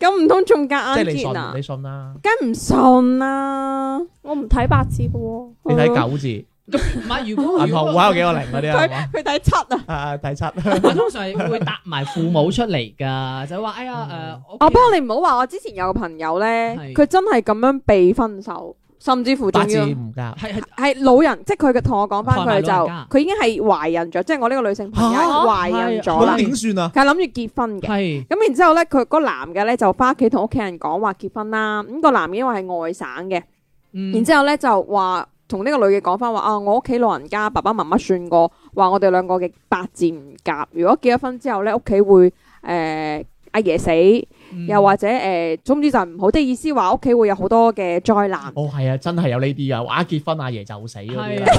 咁唔通仲即夾係你硬結啊信，？你信啦。梗唔信啦，我唔睇八字嘅喎，你睇九字，銀唔係如果如行果戶口有幾個零嗰啲啊係嘛佢睇七啊。啊？第七，我通常係會搭埋父母出嚟㗎，就話哎呀誒，啊！我不過你唔好話，我之前有個朋友咧係，佢真係咁樣被分手，甚至乎八仲字要唔夾，係係係老人，即係佢嘅同我講翻害埋佢就老人家佢已經係懷孕咗，即係我呢個女性朋友嚇懷孕咗啦咁，點算啊？佢係諗住結婚嘅。係咁然之後咧，佢嗰男嘅咧就翻屋企同屋企人講話結婚啦。咁個男嘅因為係外省嘅，嗯然之後咧就話同呢個女嘅講翻話啊，我屋企老人家爸爸媽媽算過，話我哋兩個嘅八字唔夾，如果結咗婚之後咧，屋企會誒阿爺死。嗯又或者誒、呃總之就唔好，即係意思話屋企會有好多嘅災難。哦，係啊，真係有呢啲啊！話一結婚阿爺就死嗰啲係啊，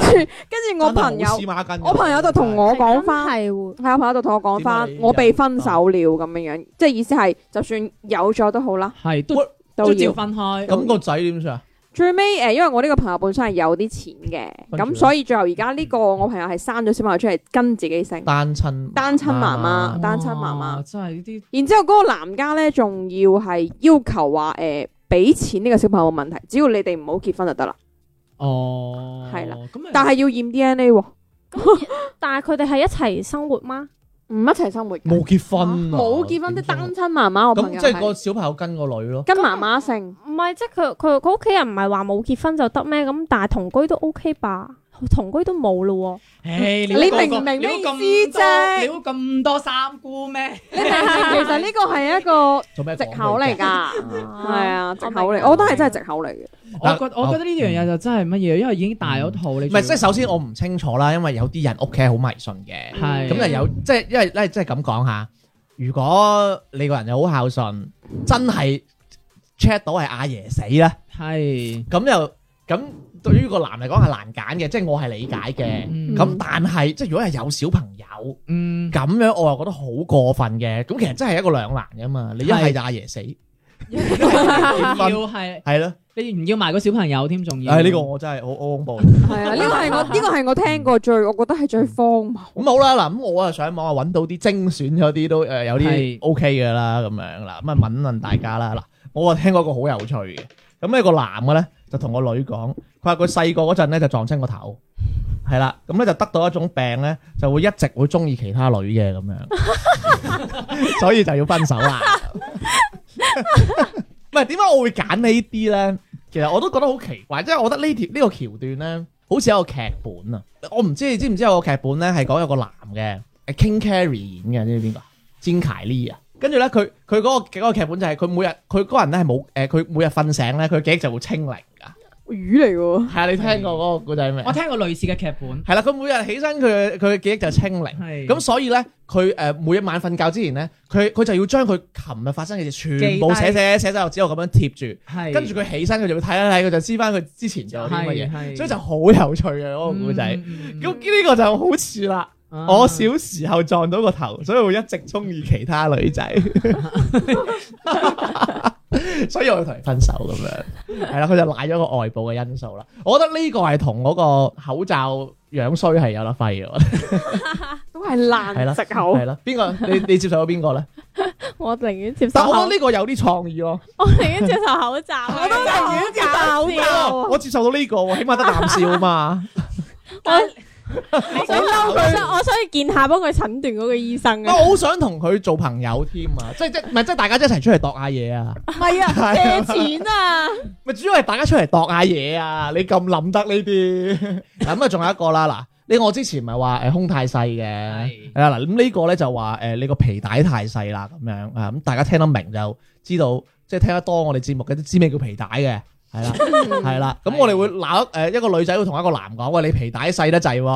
跟住我朋友，真係好黐孖筋㗎我朋友就同我講翻，係啊係喎，我朋友就同我講點翻解，你我被分手了咁樣樣，即係意思係就算有咗都好啦，係都喂都都照要。分開。咁個仔點算啊？最尾誒、呃因為我呢個朋友本身係有啲錢嘅，跟住咁呢所以最後而家呢個我朋友係生咗小朋友出嚟跟自己姓，單親單親媽媽哇單親媽媽真係呢啲然之後嗰個男家咧仲要係要求話誒、呃俾錢呢個小朋友嘅問題，只要你哋唔好結婚就得啦。哦，係啦，咁咪但係要驗 DNA 喎，但係佢哋係一齊生活嗎？唔一齊生活㗎。冇結婚啊，冇結婚，即係點單親媽媽。我朋咁友即係個係小朋友跟個女咯。跟媽媽姓，唔係，即係佢佢佢屋企人唔係話冇結婚就得咩？咁但係同居都 OK 吧？同居都冇咯唉你你嗰個明唔明咩你嗰意思啫咁多你嗰咁多三姑咩？ 你明唔明？其實呢個係一 個做咩講藉佢口嚟㗎，喎。係 係啊，藉口嚟，我覺得係真係藉口嚟嘅。我嗱覺我覺得呢樣嘢就真係乜嘢，因為已經大咗肚，你唔係，即係仲首先我唔清楚啦，因為有啲人屋企係好迷信嘅，係咁就有即係因為咧，即係咁講下，如果你個人又好孝順，真係 check 到係阿爺死咧，係咁又咁對於個男嚟講係難揀嘅，即係我係理解嘅。嗯咁但係即係如果係有小朋友嗯咁樣，我又覺得好過分嘅。咁其實真係一個兩難噶嘛，你一係就阿爺死，要係係咯，你 唔要埋個小朋友添，仲要唉呢個我真係好好恐怖。係啊，呢個 係我呢個係我聽過最，我覺得係最荒謬。咁好啦，嗱咁我啊上網啊揾到啲精選咗啲都誒有啲係 OK 嘅啦，咁樣啦，咁啊問問大家啦，嗱我啊聽過一個好有趣嘅，咁呢個男嘅咧就同個女講，佢話佢細個嗰陣咧就撞親個頭，係啦，咁咧就得到一種病咧，就會一直會中意其他女嘅咁樣，所以就要分手啦。唔係點解我會揀呢啲咧？其實我都覺得好奇怪，即係我覺得呢條呢個橋段咧，好似有個劇本啊！我唔知你知唔知有個劇本咧係講有個男嘅係，King Carry 演嘅，知唔知邊個？詹凱利啊！跟住咧，佢佢嗰個嗰個劇本就係佢每日佢嗰個人咧係冇誒，佢每日瞓醒咧，佢記憶就會清零㗎。魚嚟嘅係啊，你聽過嗰個故仔未？我聽過類似嘅劇本，係啦，佢每日起身，佢佢嘅記憶就清零。係咁所以咧，佢誒每一晚瞓覺之前咧，佢佢就要將佢琴日發生嘅嘢全記部低寫寫寫晒落之後咁樣貼住，係跟住佢起身佢就會睇一睇，佢就知翻佢之前做咗啲乜嘢。嘢所以就好有趣嘅嗰個故仔。咁呢個就好似啦，我小時候撞到個頭，所以我一直中意其他女 仔，所以我要同佢分手咁樣。係啦，佢就賴咗個外部嘅因素啦。我覺得呢個係同嗰個口罩樣衰係有得揮嘅，都係爛藉口係。啦。邊個你你接受咗邊個咧？我寧願接受 但我覺口得，呢個有啲創意咯。我寧願接受口罩。 我都寧願接係咯啊我接受到呢個喎，起碼得啖笑啊 嘛。我想我想我想去見下幫佢診斷嗰個醫生我啊！好想同佢做朋友添啊！即係即係唔係即係大家一齊出嚟度下嘢啊！唔係啊，借錢啊！咪主要係大家出嚟度下嘢啊！你咁諗得呢啲 嗱咁啊，仲有一個啦嗱，呢個我之前咪話呃誒胸太細嘅係係啦嗱，咁呢個咧就話呃誒你個皮帶太細啦咁樣啊，咁大家聽得明就知道，即係聽得多我哋節目嘅都知咩叫皮帶嘅。係 啦，係啦，咁我哋會鬧誒一個女仔會同一個男講，喂，你皮帶細得滯喎，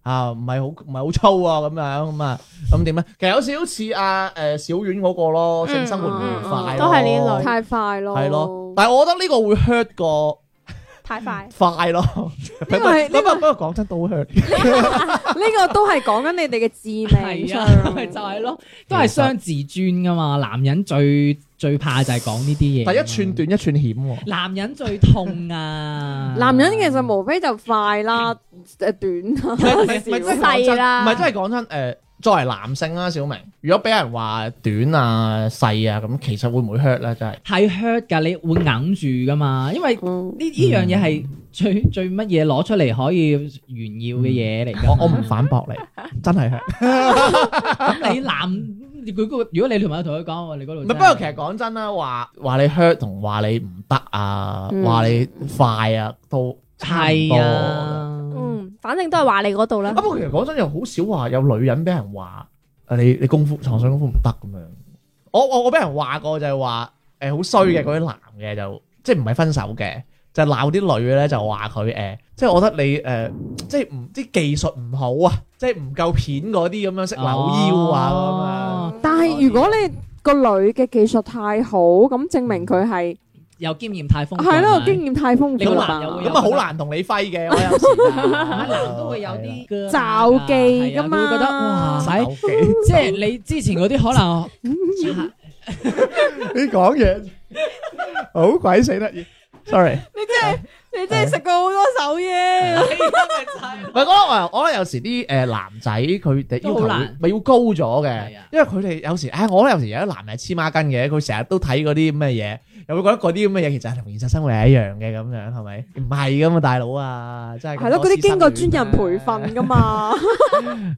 啊唔係好唔係好粗啊咁樣咁啊，咁點咧？其實有少少似阿誒小丸嗰個咯，性生活唔愉快哦咯都係呢類太快咯，係咯，但係我覺得呢個會 hurt 過太快，快咯。呢個 係不過呢個不過不過講真都好 hurt。 呢個都係講緊你哋嘅致 命係啊，咪就傷。係咯，都係傷自尊噶嘛。男人最最怕就係講呢啲嘢。但一寸短一寸險喎。男人最痛啊！ 男人其實無非就快啦，誒短啦，嗯唔係唔係真係講真細啦唔係真係講真誒。作為男性啦，小明，如果俾人話短啊、細啊，咁其實會唔會 hurt 咧？真係係 hurt 㗎，你會硬住噶嘛？因為呢嗯呢樣嘢係最最乜嘢攞出嚟可以炫耀嘅嘢嚟㗎嘛。我我唔反駁你，真係 hurt。咁你男佢嗰個如果你同朋友同佢講話，你嗰度唔唔係，不過其實講真啦，話話你 hurt 同話你唔得啊，嗯話你快啊，都差唔多係。啊，嗯，反正都係話你嗰度啦啊，。不過其實講真，又好少話有女人俾人話誒你你功夫床上功夫唔得咁樣。我我我俾人話過就係話誒好衰嘅嗰啲男嘅就即係唔係分手嘅，就鬧啲女嘅咧就話佢誒，即係我覺得你誒、即係唔啲技術唔好啊，即係唔夠片嗰啲咁樣識扭腰啊咁咁樣。樣，但係如果你個女嘅技術太好，咁證明佢係又經驗太豐嗯富，係咯，咪經驗太豐你個富男友啦會咁有吧。啊，好難同你揮嘅，我有啊 哦時男都會有啲㗎罩忌㗎嘛係啊佢會覺得哇，係使 即係你之前嗰啲可 能你你講嘢好鬼死得意。sorry，你真係食過好多手啊嘢。唔係，我覺得我我覺得有時啲誒男仔佢哋要都好求難咪要高咗嘅係啊，因為佢哋有時，唉，我覺得有時有啲男係黐孖筋嘅，佢成日都睇嗰啲咁嘅嘢，又會覺得嗰啲咁嘅嘢其實係同現實生活係一樣嘅咁樣，係咪？唔係噶嘛，大佬啊，真係咁係咯，多嗰啲師經生過專戀人培訓噶嘛。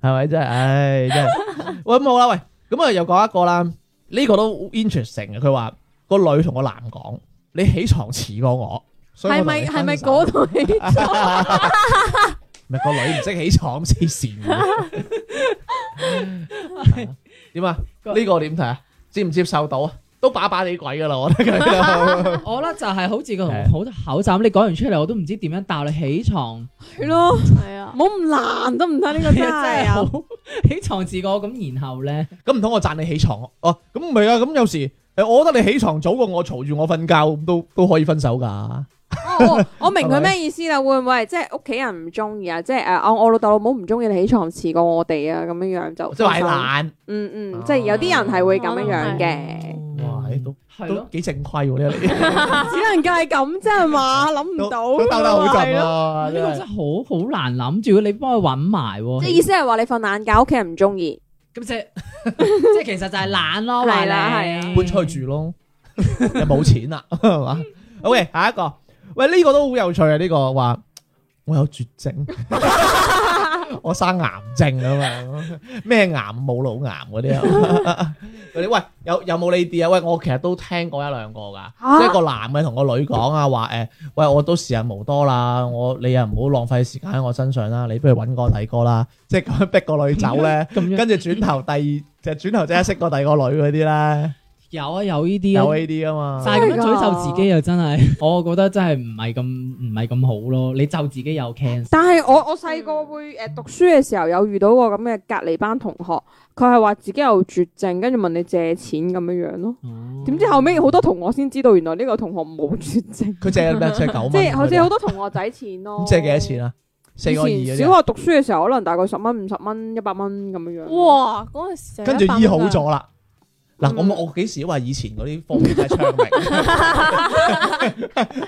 係咪真係？唉，真係。喂，咁好啦，喂，咁啊又講一個啦，呢、個都 interesting 嘅。佢話個女同個男講：你起床遲過我，所以係我同咪你係咪分手嗰度起咗？唔係個女唔識起床，黐線嘅。係啊點啊？呢個點睇啊？接唔接受到啊？都把把你鬼噶啦，我覺得 佢都。我咧就係好似個係同好口罩咁，你講完出嚟我都唔知點樣答你起床，係咯，係啊唔，好咁難得唔得呢個 真 係啊！好起床自我咁，然後咧咁唔通我讚你起床哦？咁唔係啊？咁有時誒，我覺得你起床早過我，嘈住我瞓覺，咁都都可以分手㗎。哦我我明佢咩意思啦，會唔會係即係屋企人唔中意啊？即係誒，我我老豆老母唔中意你起床遲過我哋啊，咁樣樣就哦即係話你懶。哦嗯嗯，即係有啲人係會咁樣樣嘅，哇！誒都哦係都咯，幾正規喎呢個只能夠係咁啫係嘛，諗唔哦都到啊都兜得好啊係盡咯。咯，呢真個係真係好好難諗住，你幫佢揾埋喎即係意思係話你瞓懶覺，屋企人唔中意。咁即係 即係其實就係懶咯，話係啦係啊你搬出去住咯， 又冇錢啦， 係嘛？OK，下一個，喂呢個都好有趣啊！呢個話我有絕症，我生癌症啊嘛，咩癌冇腦癌嗰啲啊？ 嗰啲喂有有冇呢啲啊？喂，我其實都聽過一兩個噶，即係個男嘅同個女講啊，話誒，喂我都時日無多啦，我你又唔好浪費時間喺我身上啦，你不如揾個第個啦， 即係咁樣逼個女走咧。咁樣跟住轉頭第二就轉頭即刻識個第二個女嗰啲啦，有啊有呢啲有啊。呢啲啊嘛。但係咁樣真係㗎詛咒自己啊又真係， 我覺得真係唔係咁唔係咁好咯。你咒自己有 cancer，但係我我細個會誒讀書嘅時候有遇到過咁嘅隔離班同學，佢係話自己有絕症，跟住問你借錢咁樣樣咯。點知後尾好多同學先知道，原來呢個同學冇絕 症，佢借咩？借九蚊。即係好似好多。多同學仔錢咯。咁借幾多錢啊？四個二以嗰前啲啊。小學讀書嘅時候，可能大概十蚊、五十蚊、一百蚊咁樣樣。！哇，嗰阵时跟住醫好咗啦。嗱，嗯我我幾時都話以前嗰啲科技真係昌明，係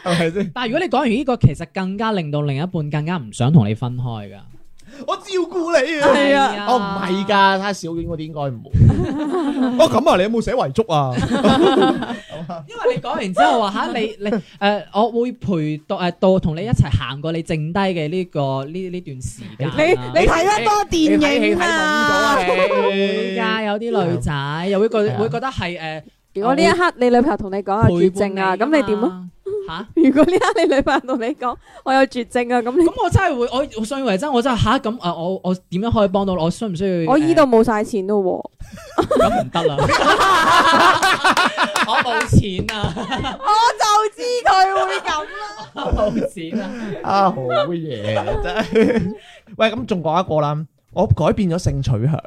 咪先？但係如果你講完呢個，其實更加令到另一半更加唔想同你分開㗎。我照顧你啊！係 À. 啊，哦，唔係㗎，睇下小丸嗰啲應該唔會。哦，咁啊，你有冇寫遺囑啊？因為你講完之後話吓你你誒、我會陪到誒到同你一齊行過你剩低嘅呢個呢呢段時間啊。你你睇得多你電睇戲睇影到啊啊？ 會你。㗎，有啲女仔又會覺係啊會覺得哎係誒如果呢一刻你女朋友同你講啊陪絕伴症你啊，咁你點啊？嘛？嚇！如果呢一刻你女朋友同你講我有絕症啊， 咁你咁我真係會，我我信以為真，我真係吓咁啊！我我點樣可以幫到我？我需唔需要？我依度冇晒錢咯喎。呃咁唔得啦， 我冇錢啊， 我就知佢會咁啦。我冇錢啊！啊，好嘢真係。喂，咁仲講一個啦，我改變咗性取向，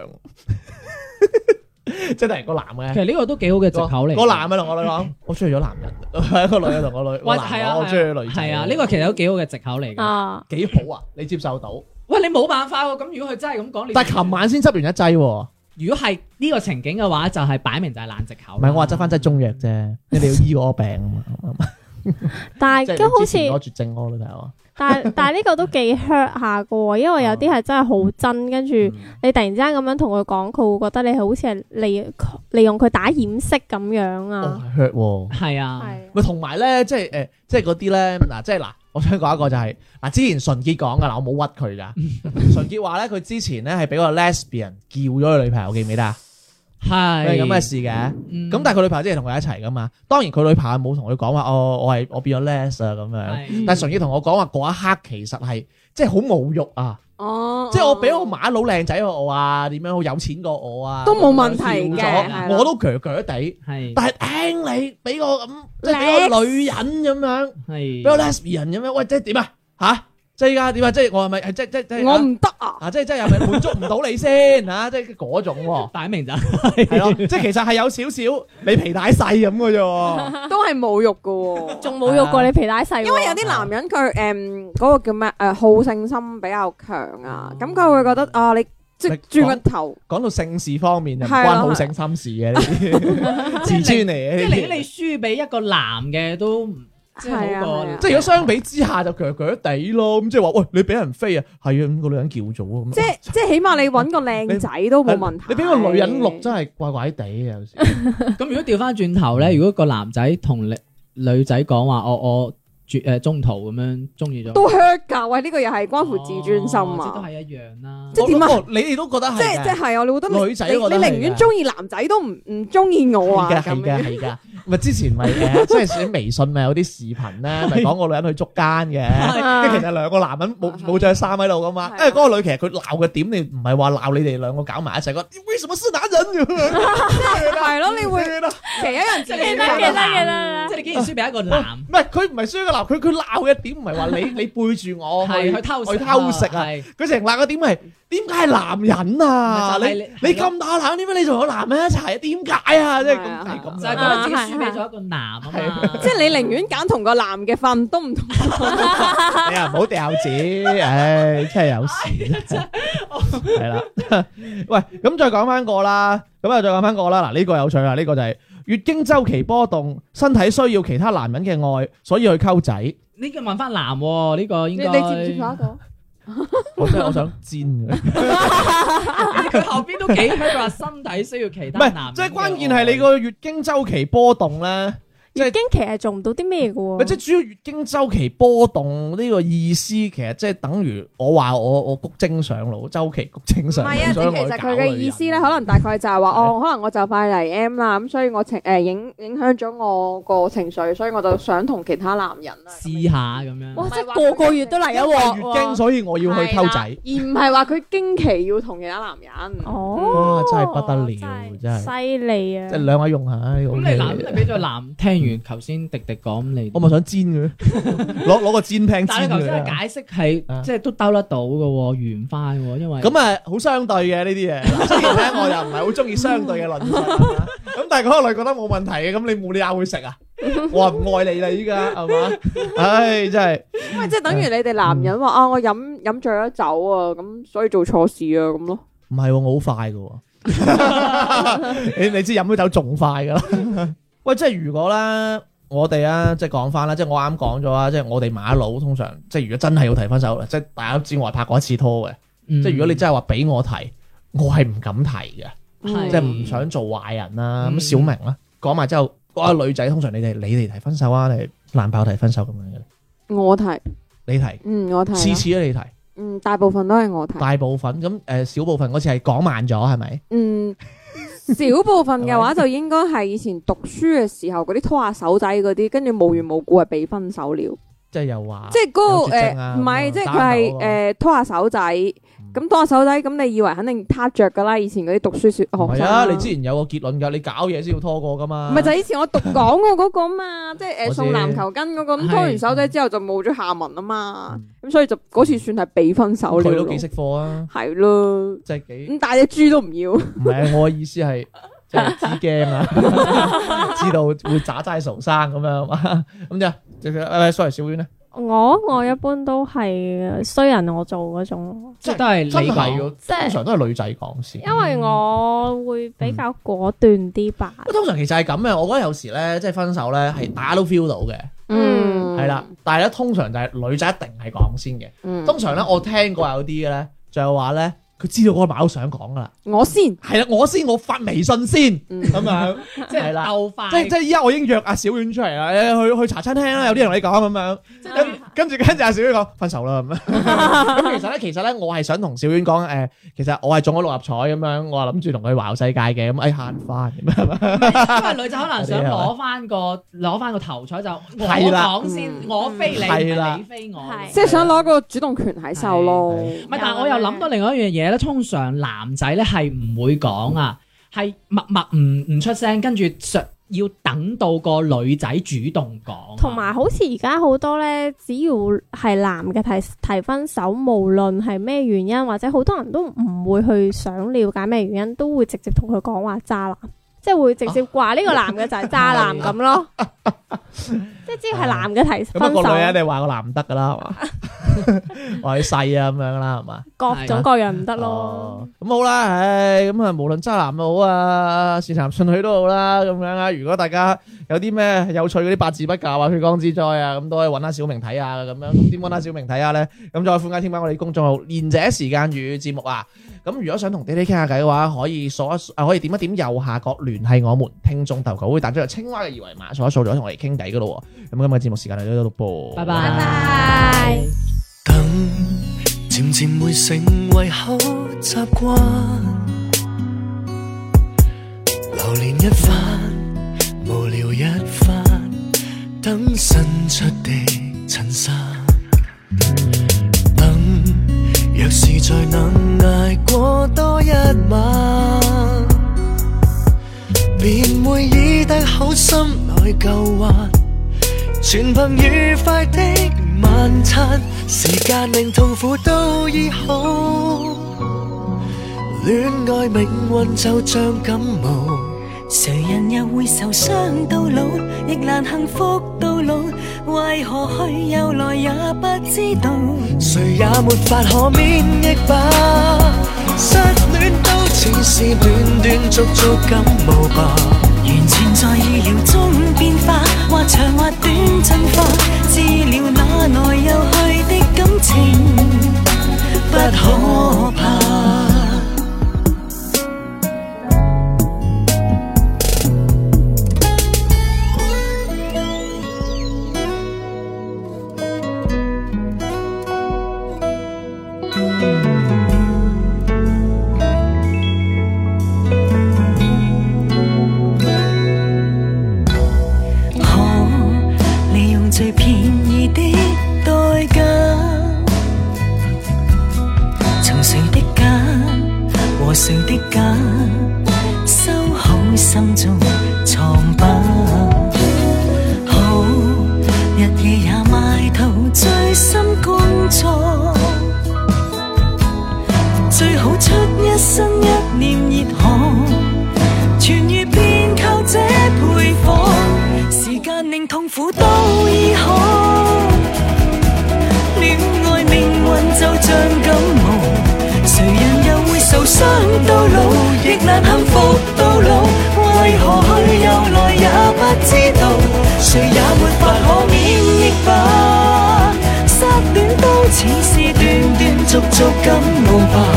即係突然個男 其嘅。實呢個都幾好嘅藉口嚟。個男嘅同我女 講，我中意咗男人； 個女嘅同我女，喂，我係男啊，嘅我中意女仔。係啊，呢個其實都幾好嘅藉口嚟嘅。 啊，幾好啊！你接 受到，喂，你冇辦法喎。咁如果佢真係咁講，你但係琴晚先執完一劑喎，如果係呢個情景嘅話，就係擺明就係爛藉口啦。唔係我話執翻劑中藥啫，你哋要醫嗰個病啊 嘛，但即係係都好你似之前，我絕症嗰個女朋友啊，但係 但係呢個都幾 hurt 下噶喎，因為有啲係真係好真，跟住嗯你突然之間咁樣同佢講，佢會覺得你好似係利利用佢打掩飾咁樣哦啊，係 hurt 喎。係啊，係啊咪同埋咧，即係誒、呃即係嗰啲咧，嗱，即係嗱，我想講一個就係、嗱，之前純潔講噶啦，我冇屈佢噶。 純潔話咧，佢之前咧係俾個 lesbian 叫咗佢女朋友，記唔記得啊？係係咁嘅事嘅。嗯咁但係佢女朋友之前同佢一齊噶嘛，當然佢女朋友冇同佢講話，哦，我係我變咗 les 啊咁樣。係但係純潔同我講話嗰一刻其實係即係好侮辱啊！哦即係我俾我馬佬靚仔過我啊，點樣好有錢過我啊，都冇問題嘅笑係咗啦我都鋸鋸地。係但係聽你俾我咁，即係俾個女人咁樣。係俾我 lesbian 咁樣，喂，即係點啊？吓，即係依家點啊？即係我係咪係即即即我唔得啊！啊？即係即係係咪滿足唔到你先吓？即係嗰種喎，擺明就 係咯，即係其實係有少少你皮帶細咁嘅啫喎。都係侮辱噶 喎。仲冇用過啊你皮帶細喎，因為有啲男人佢誒嗰個叫咩誒好勝心比較強啊，咁佢會覺得啊你即係轉個頭，講到性事方面就唔係啊啦關好性 心事嘅呢啲，自尊嚟即係嘅呢如果你啲。輸俾一個男嘅都唔即係好過係啊係啊即係如果相比之下就鋸鋸地咯，咁即係話喂你俾人飛啊，係啊，咁個女人叫咗啊咁。即係即係起碼你揾個靚仔都冇問題。你俾個女人錄真係怪怪地啊，有時咁如果調翻轉頭咧，如果個男仔同你女仔講話，我我絕誒中途咁樣中意咗，都 hurt 㗎，喂呢個又係關乎自尊心哦即係都啊！係一樣啦。即係點啊我都覺你哋都覺得係即係嘅即係我，你覺得你女仔你覺得你係寧願㗎中意男仔都唔唔中意我啊係㗎咁係㗎樣。係㗎，咪之前咪誒，即係喺微信咪有啲視頻咧，咪講個女人去捉奸嘅。即係其實兩個男人冇冇着衫喺度噶嘛，係啊因為嗰個女其實佢鬧嘅點，你唔係話鬧你哋兩個搞埋一齊，講你為什麼是男人 咁樣，係咯，你會係啦其實有人自己記得覺記得得記得即係你竟然輸俾一個男， 唔係佢唔係需要個鬧，佢佢鬧嘅點唔係話你你背住我去係去偷去偷食啊，係佢成日鬧嘅點係點解係男人啊？咪就你係你你係咯咁打冷，點解你仲有男人一齊？點解啊？即係係啊咁係就係覺咁樣。得自己輸俾咗一個男啊嘛。即係你啊寧願揀同個男嘅瞓都唔同。你哎又唔好掉紙，唉，真係有事。係啦， 喂，咁再講翻個啦，咁啊再講翻個啦。嗱，呢個有趣啊啦，呢個就係月經周期波動，身體需要其他男人嘅愛，所以去溝仔。呢個問翻男喎，呢個應你該你接唔接受得啊到？我真係我想煎 嘅。佢後邊都幾佢話身體需要其唔他男人係，嘅愛，即係關鍵係你個月經周期波動咧，即係月經期係做唔到啲咩嘅咪喎即。係主要月經周期波動呢個意思，其實即係等於我話我我谷精上腦，周期谷精唔上係啊，腦，即所以係我其去實搞佢嘅意思咧，可能大概就係話，哦，可能我就快嚟 M 啦，咁所以我情誒影影響咗我個情緒，所以我就想同其他男人啊啦。試下咁樣。哇！即係個個月都嚟一因為鑊月經，喎。所以我要去溝係仔啦，而唔係話佢經期要同其他男人。哦，哇真係不得了真係犀利啊即！係兩位用下呢咁個你 OK 男，你俾咗男聽完頭先迪迪講你，我咪想煎 佢，攞攞個煎餅煎但係你頭先佢嘅啊。解釋係即係都兜得到嘅喎，圓翻嘅喎，因為咁啊，好相對嘅呢啲 嘢。雖然咧，我又唔係好中意相對嘅論述啦，咁但係嗰個女覺得冇問題嘅，咁你冇理由佢食啊？我話唔愛你啦，依家係嘛？唉，真係。因為即係等於你哋男人嗯話啊，我飲飲醉咗酒啊，咁所以做錯事啊，咁咯。唔係喎，我好快嘅喎。你你知飲咗酒仲快㗎啦。喂，即係如果咧，我哋啊，即係講翻啦，即係我啱講咗啊，即係我哋馬佬通常，即係如果真係要提分手，即係大家都知我係拍過一次拖嘅。即即係如果你真係話俾我提，我係唔敢提嘅，嗯即係唔想做壞人啦。咁嗯小明啦，講埋之後，嗰個女仔通常你哋你哋提分手啊，你男朋友提分手咁樣嘅，我提，你提嗯，我提啦，次次都你提，嗯，大部分都係我提，大部分咁誒小部分嗰次係講慢咗係咪？嗯。少部分嘅話就應該係以前讀書嘅時候嗰啲拖下手仔嗰啲，跟住無緣無故係被分手了。即係又話即係嗰有絕個症誒，啊唔咁啊係，即係佢單係手啊嗯誒拖下手仔，咁拖下手仔，咁你以為肯定撻着㗎啦？以前嗰啲讀書小唔學係生啊！啊，你之前有個結論㗎，你搞嘢先要拖過㗎嘛。唔係就係以前我讀講過嗰個嘛， 即係我誒知送籃球巾嗰個，咁拖完係手仔之後就冇咗下文啊嘛，咁所以就嗰次算係被分手了佢咯都嗯幾，識貨啊，係咯，即係幾咁大隻豬都唔要，唔係我嘅意思係即係知 驚啊，知道會渣齋傻生咁樣啊嘛。咁就就就誒，sorry，小婉咧，我我一般都係呃衰人我做嗰種，即係都係真你係講，㗎，即係通常都係女仔講先。因為我會比較果斷啲吧。通常其實係咁嘅，我覺得有時咧，即係分手咧，係打都 feel 到嘅，嗯係啦、，但係咧，通常就係女仔一定係講先嘅。嗯通常咧，我聽過有啲嘅咧，就係話咧，佢知道嗰個馬佬想講㗎啦，我先，係啦，我先，我發微信先嗯咁樣。即係鬥快，即係即係依家我已經約阿小婉出嚟啦，誒去去茶餐廳啦，有啲人同你講咁樣，跟跟住跟住阿小婉講分手啦咁樣。咁其實咧，其實咧，我係想同小婉講誒，其實我係中咗六合彩咁樣，我係諗住同佢環遊世界嘅，咁哎慳翻咁樣係嘛。因為女仔可能想攞翻個攞翻個頭彩就我 係啦嗯講先，我飛你，唔係啦係你飛我。嗯係即係想攞個主動權喺手咯，唔係，但係我又諗到另外一樣嘢咧，通常男仔咧係唔會講啊，係默默唔唔出聲，跟住上要等到個女仔主動啊講。啊同埋好似而家好多咧，只要係男嘅提提分手，無論係咩原因，或者好多人都唔會去想了解咩原因，都會直接同佢講話渣男，即係會直啊接話呢個男嘅就係渣男咁 咯。即係只要係男嘅提咁啊分個女手，人你話個男唔得㗎啦，係嘛？ 話你細啊咁樣啦，係嘛？各係啊種各樣唔得咯哦。，咁好啦，唉，咁啊，無論渣男又好啊，善男信女都好啦，咁樣啊。如果大家有啲咩有趣嗰啲八字不教啊、血光之災啊，咁都可以揾下小明睇下嘅咁樣。咁點揾下小明睇下咧？咁再歡迎添加我哋公眾號《賢者時間與節目》啊。咁如果想同 D D 傾下偈嘅話，可以掃一掃啊，可以點一點右下角聯繫我們聽眾投稿會彈出個青蛙嘅二維碼，掃一掃就可以同我哋傾偈噶咯喎。咁今日節目時間嚟到呢度噃，拜拜拜拜。等，漸漸會成為好習慣。流連一番，無聊一番，等新出的襯衫。等，若是再能捱過多一晚，便會以低好心來舊患。全 vâng 憑愉快的晚餐，時間令痛苦都醫好。戀愛命運就像感冒，谁人又会受伤到老，亦难幸福到老，为何去又来也不知道。誰也沒法可免疫吧。失戀都似是斷斷續續感冒吧。完全在意料中變化，或長或短進化，治療那來又去的感情，不可怕。可利用最便宜的代價，從誰的揀和誰的揀，收好心中藏吧。好，日夜也埋頭醉心工作，最好出一身一念熱汗。痊愈便靠這配方，時間令痛苦都醫好。戀愛命運就像感冒，誰人又會受傷到老，亦難幸福到老。為何去又來也不知道，誰也沒法可免疫吧。失戀都似是斷斷續續感冒吧。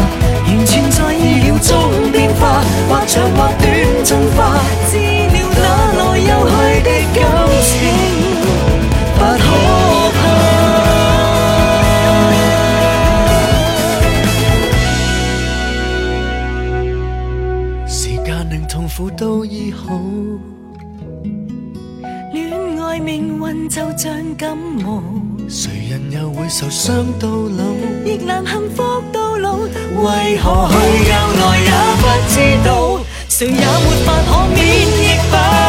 完全在意料中變化，或長或短進化，治療那來又去的感情，不可怕。時間令痛苦都醫好，戀愛命運就像感冒，誰人又會受傷到老？亦難幸福到老。為為何何去去又又來來也也不不知知道道，誰也沒法可免疫吧。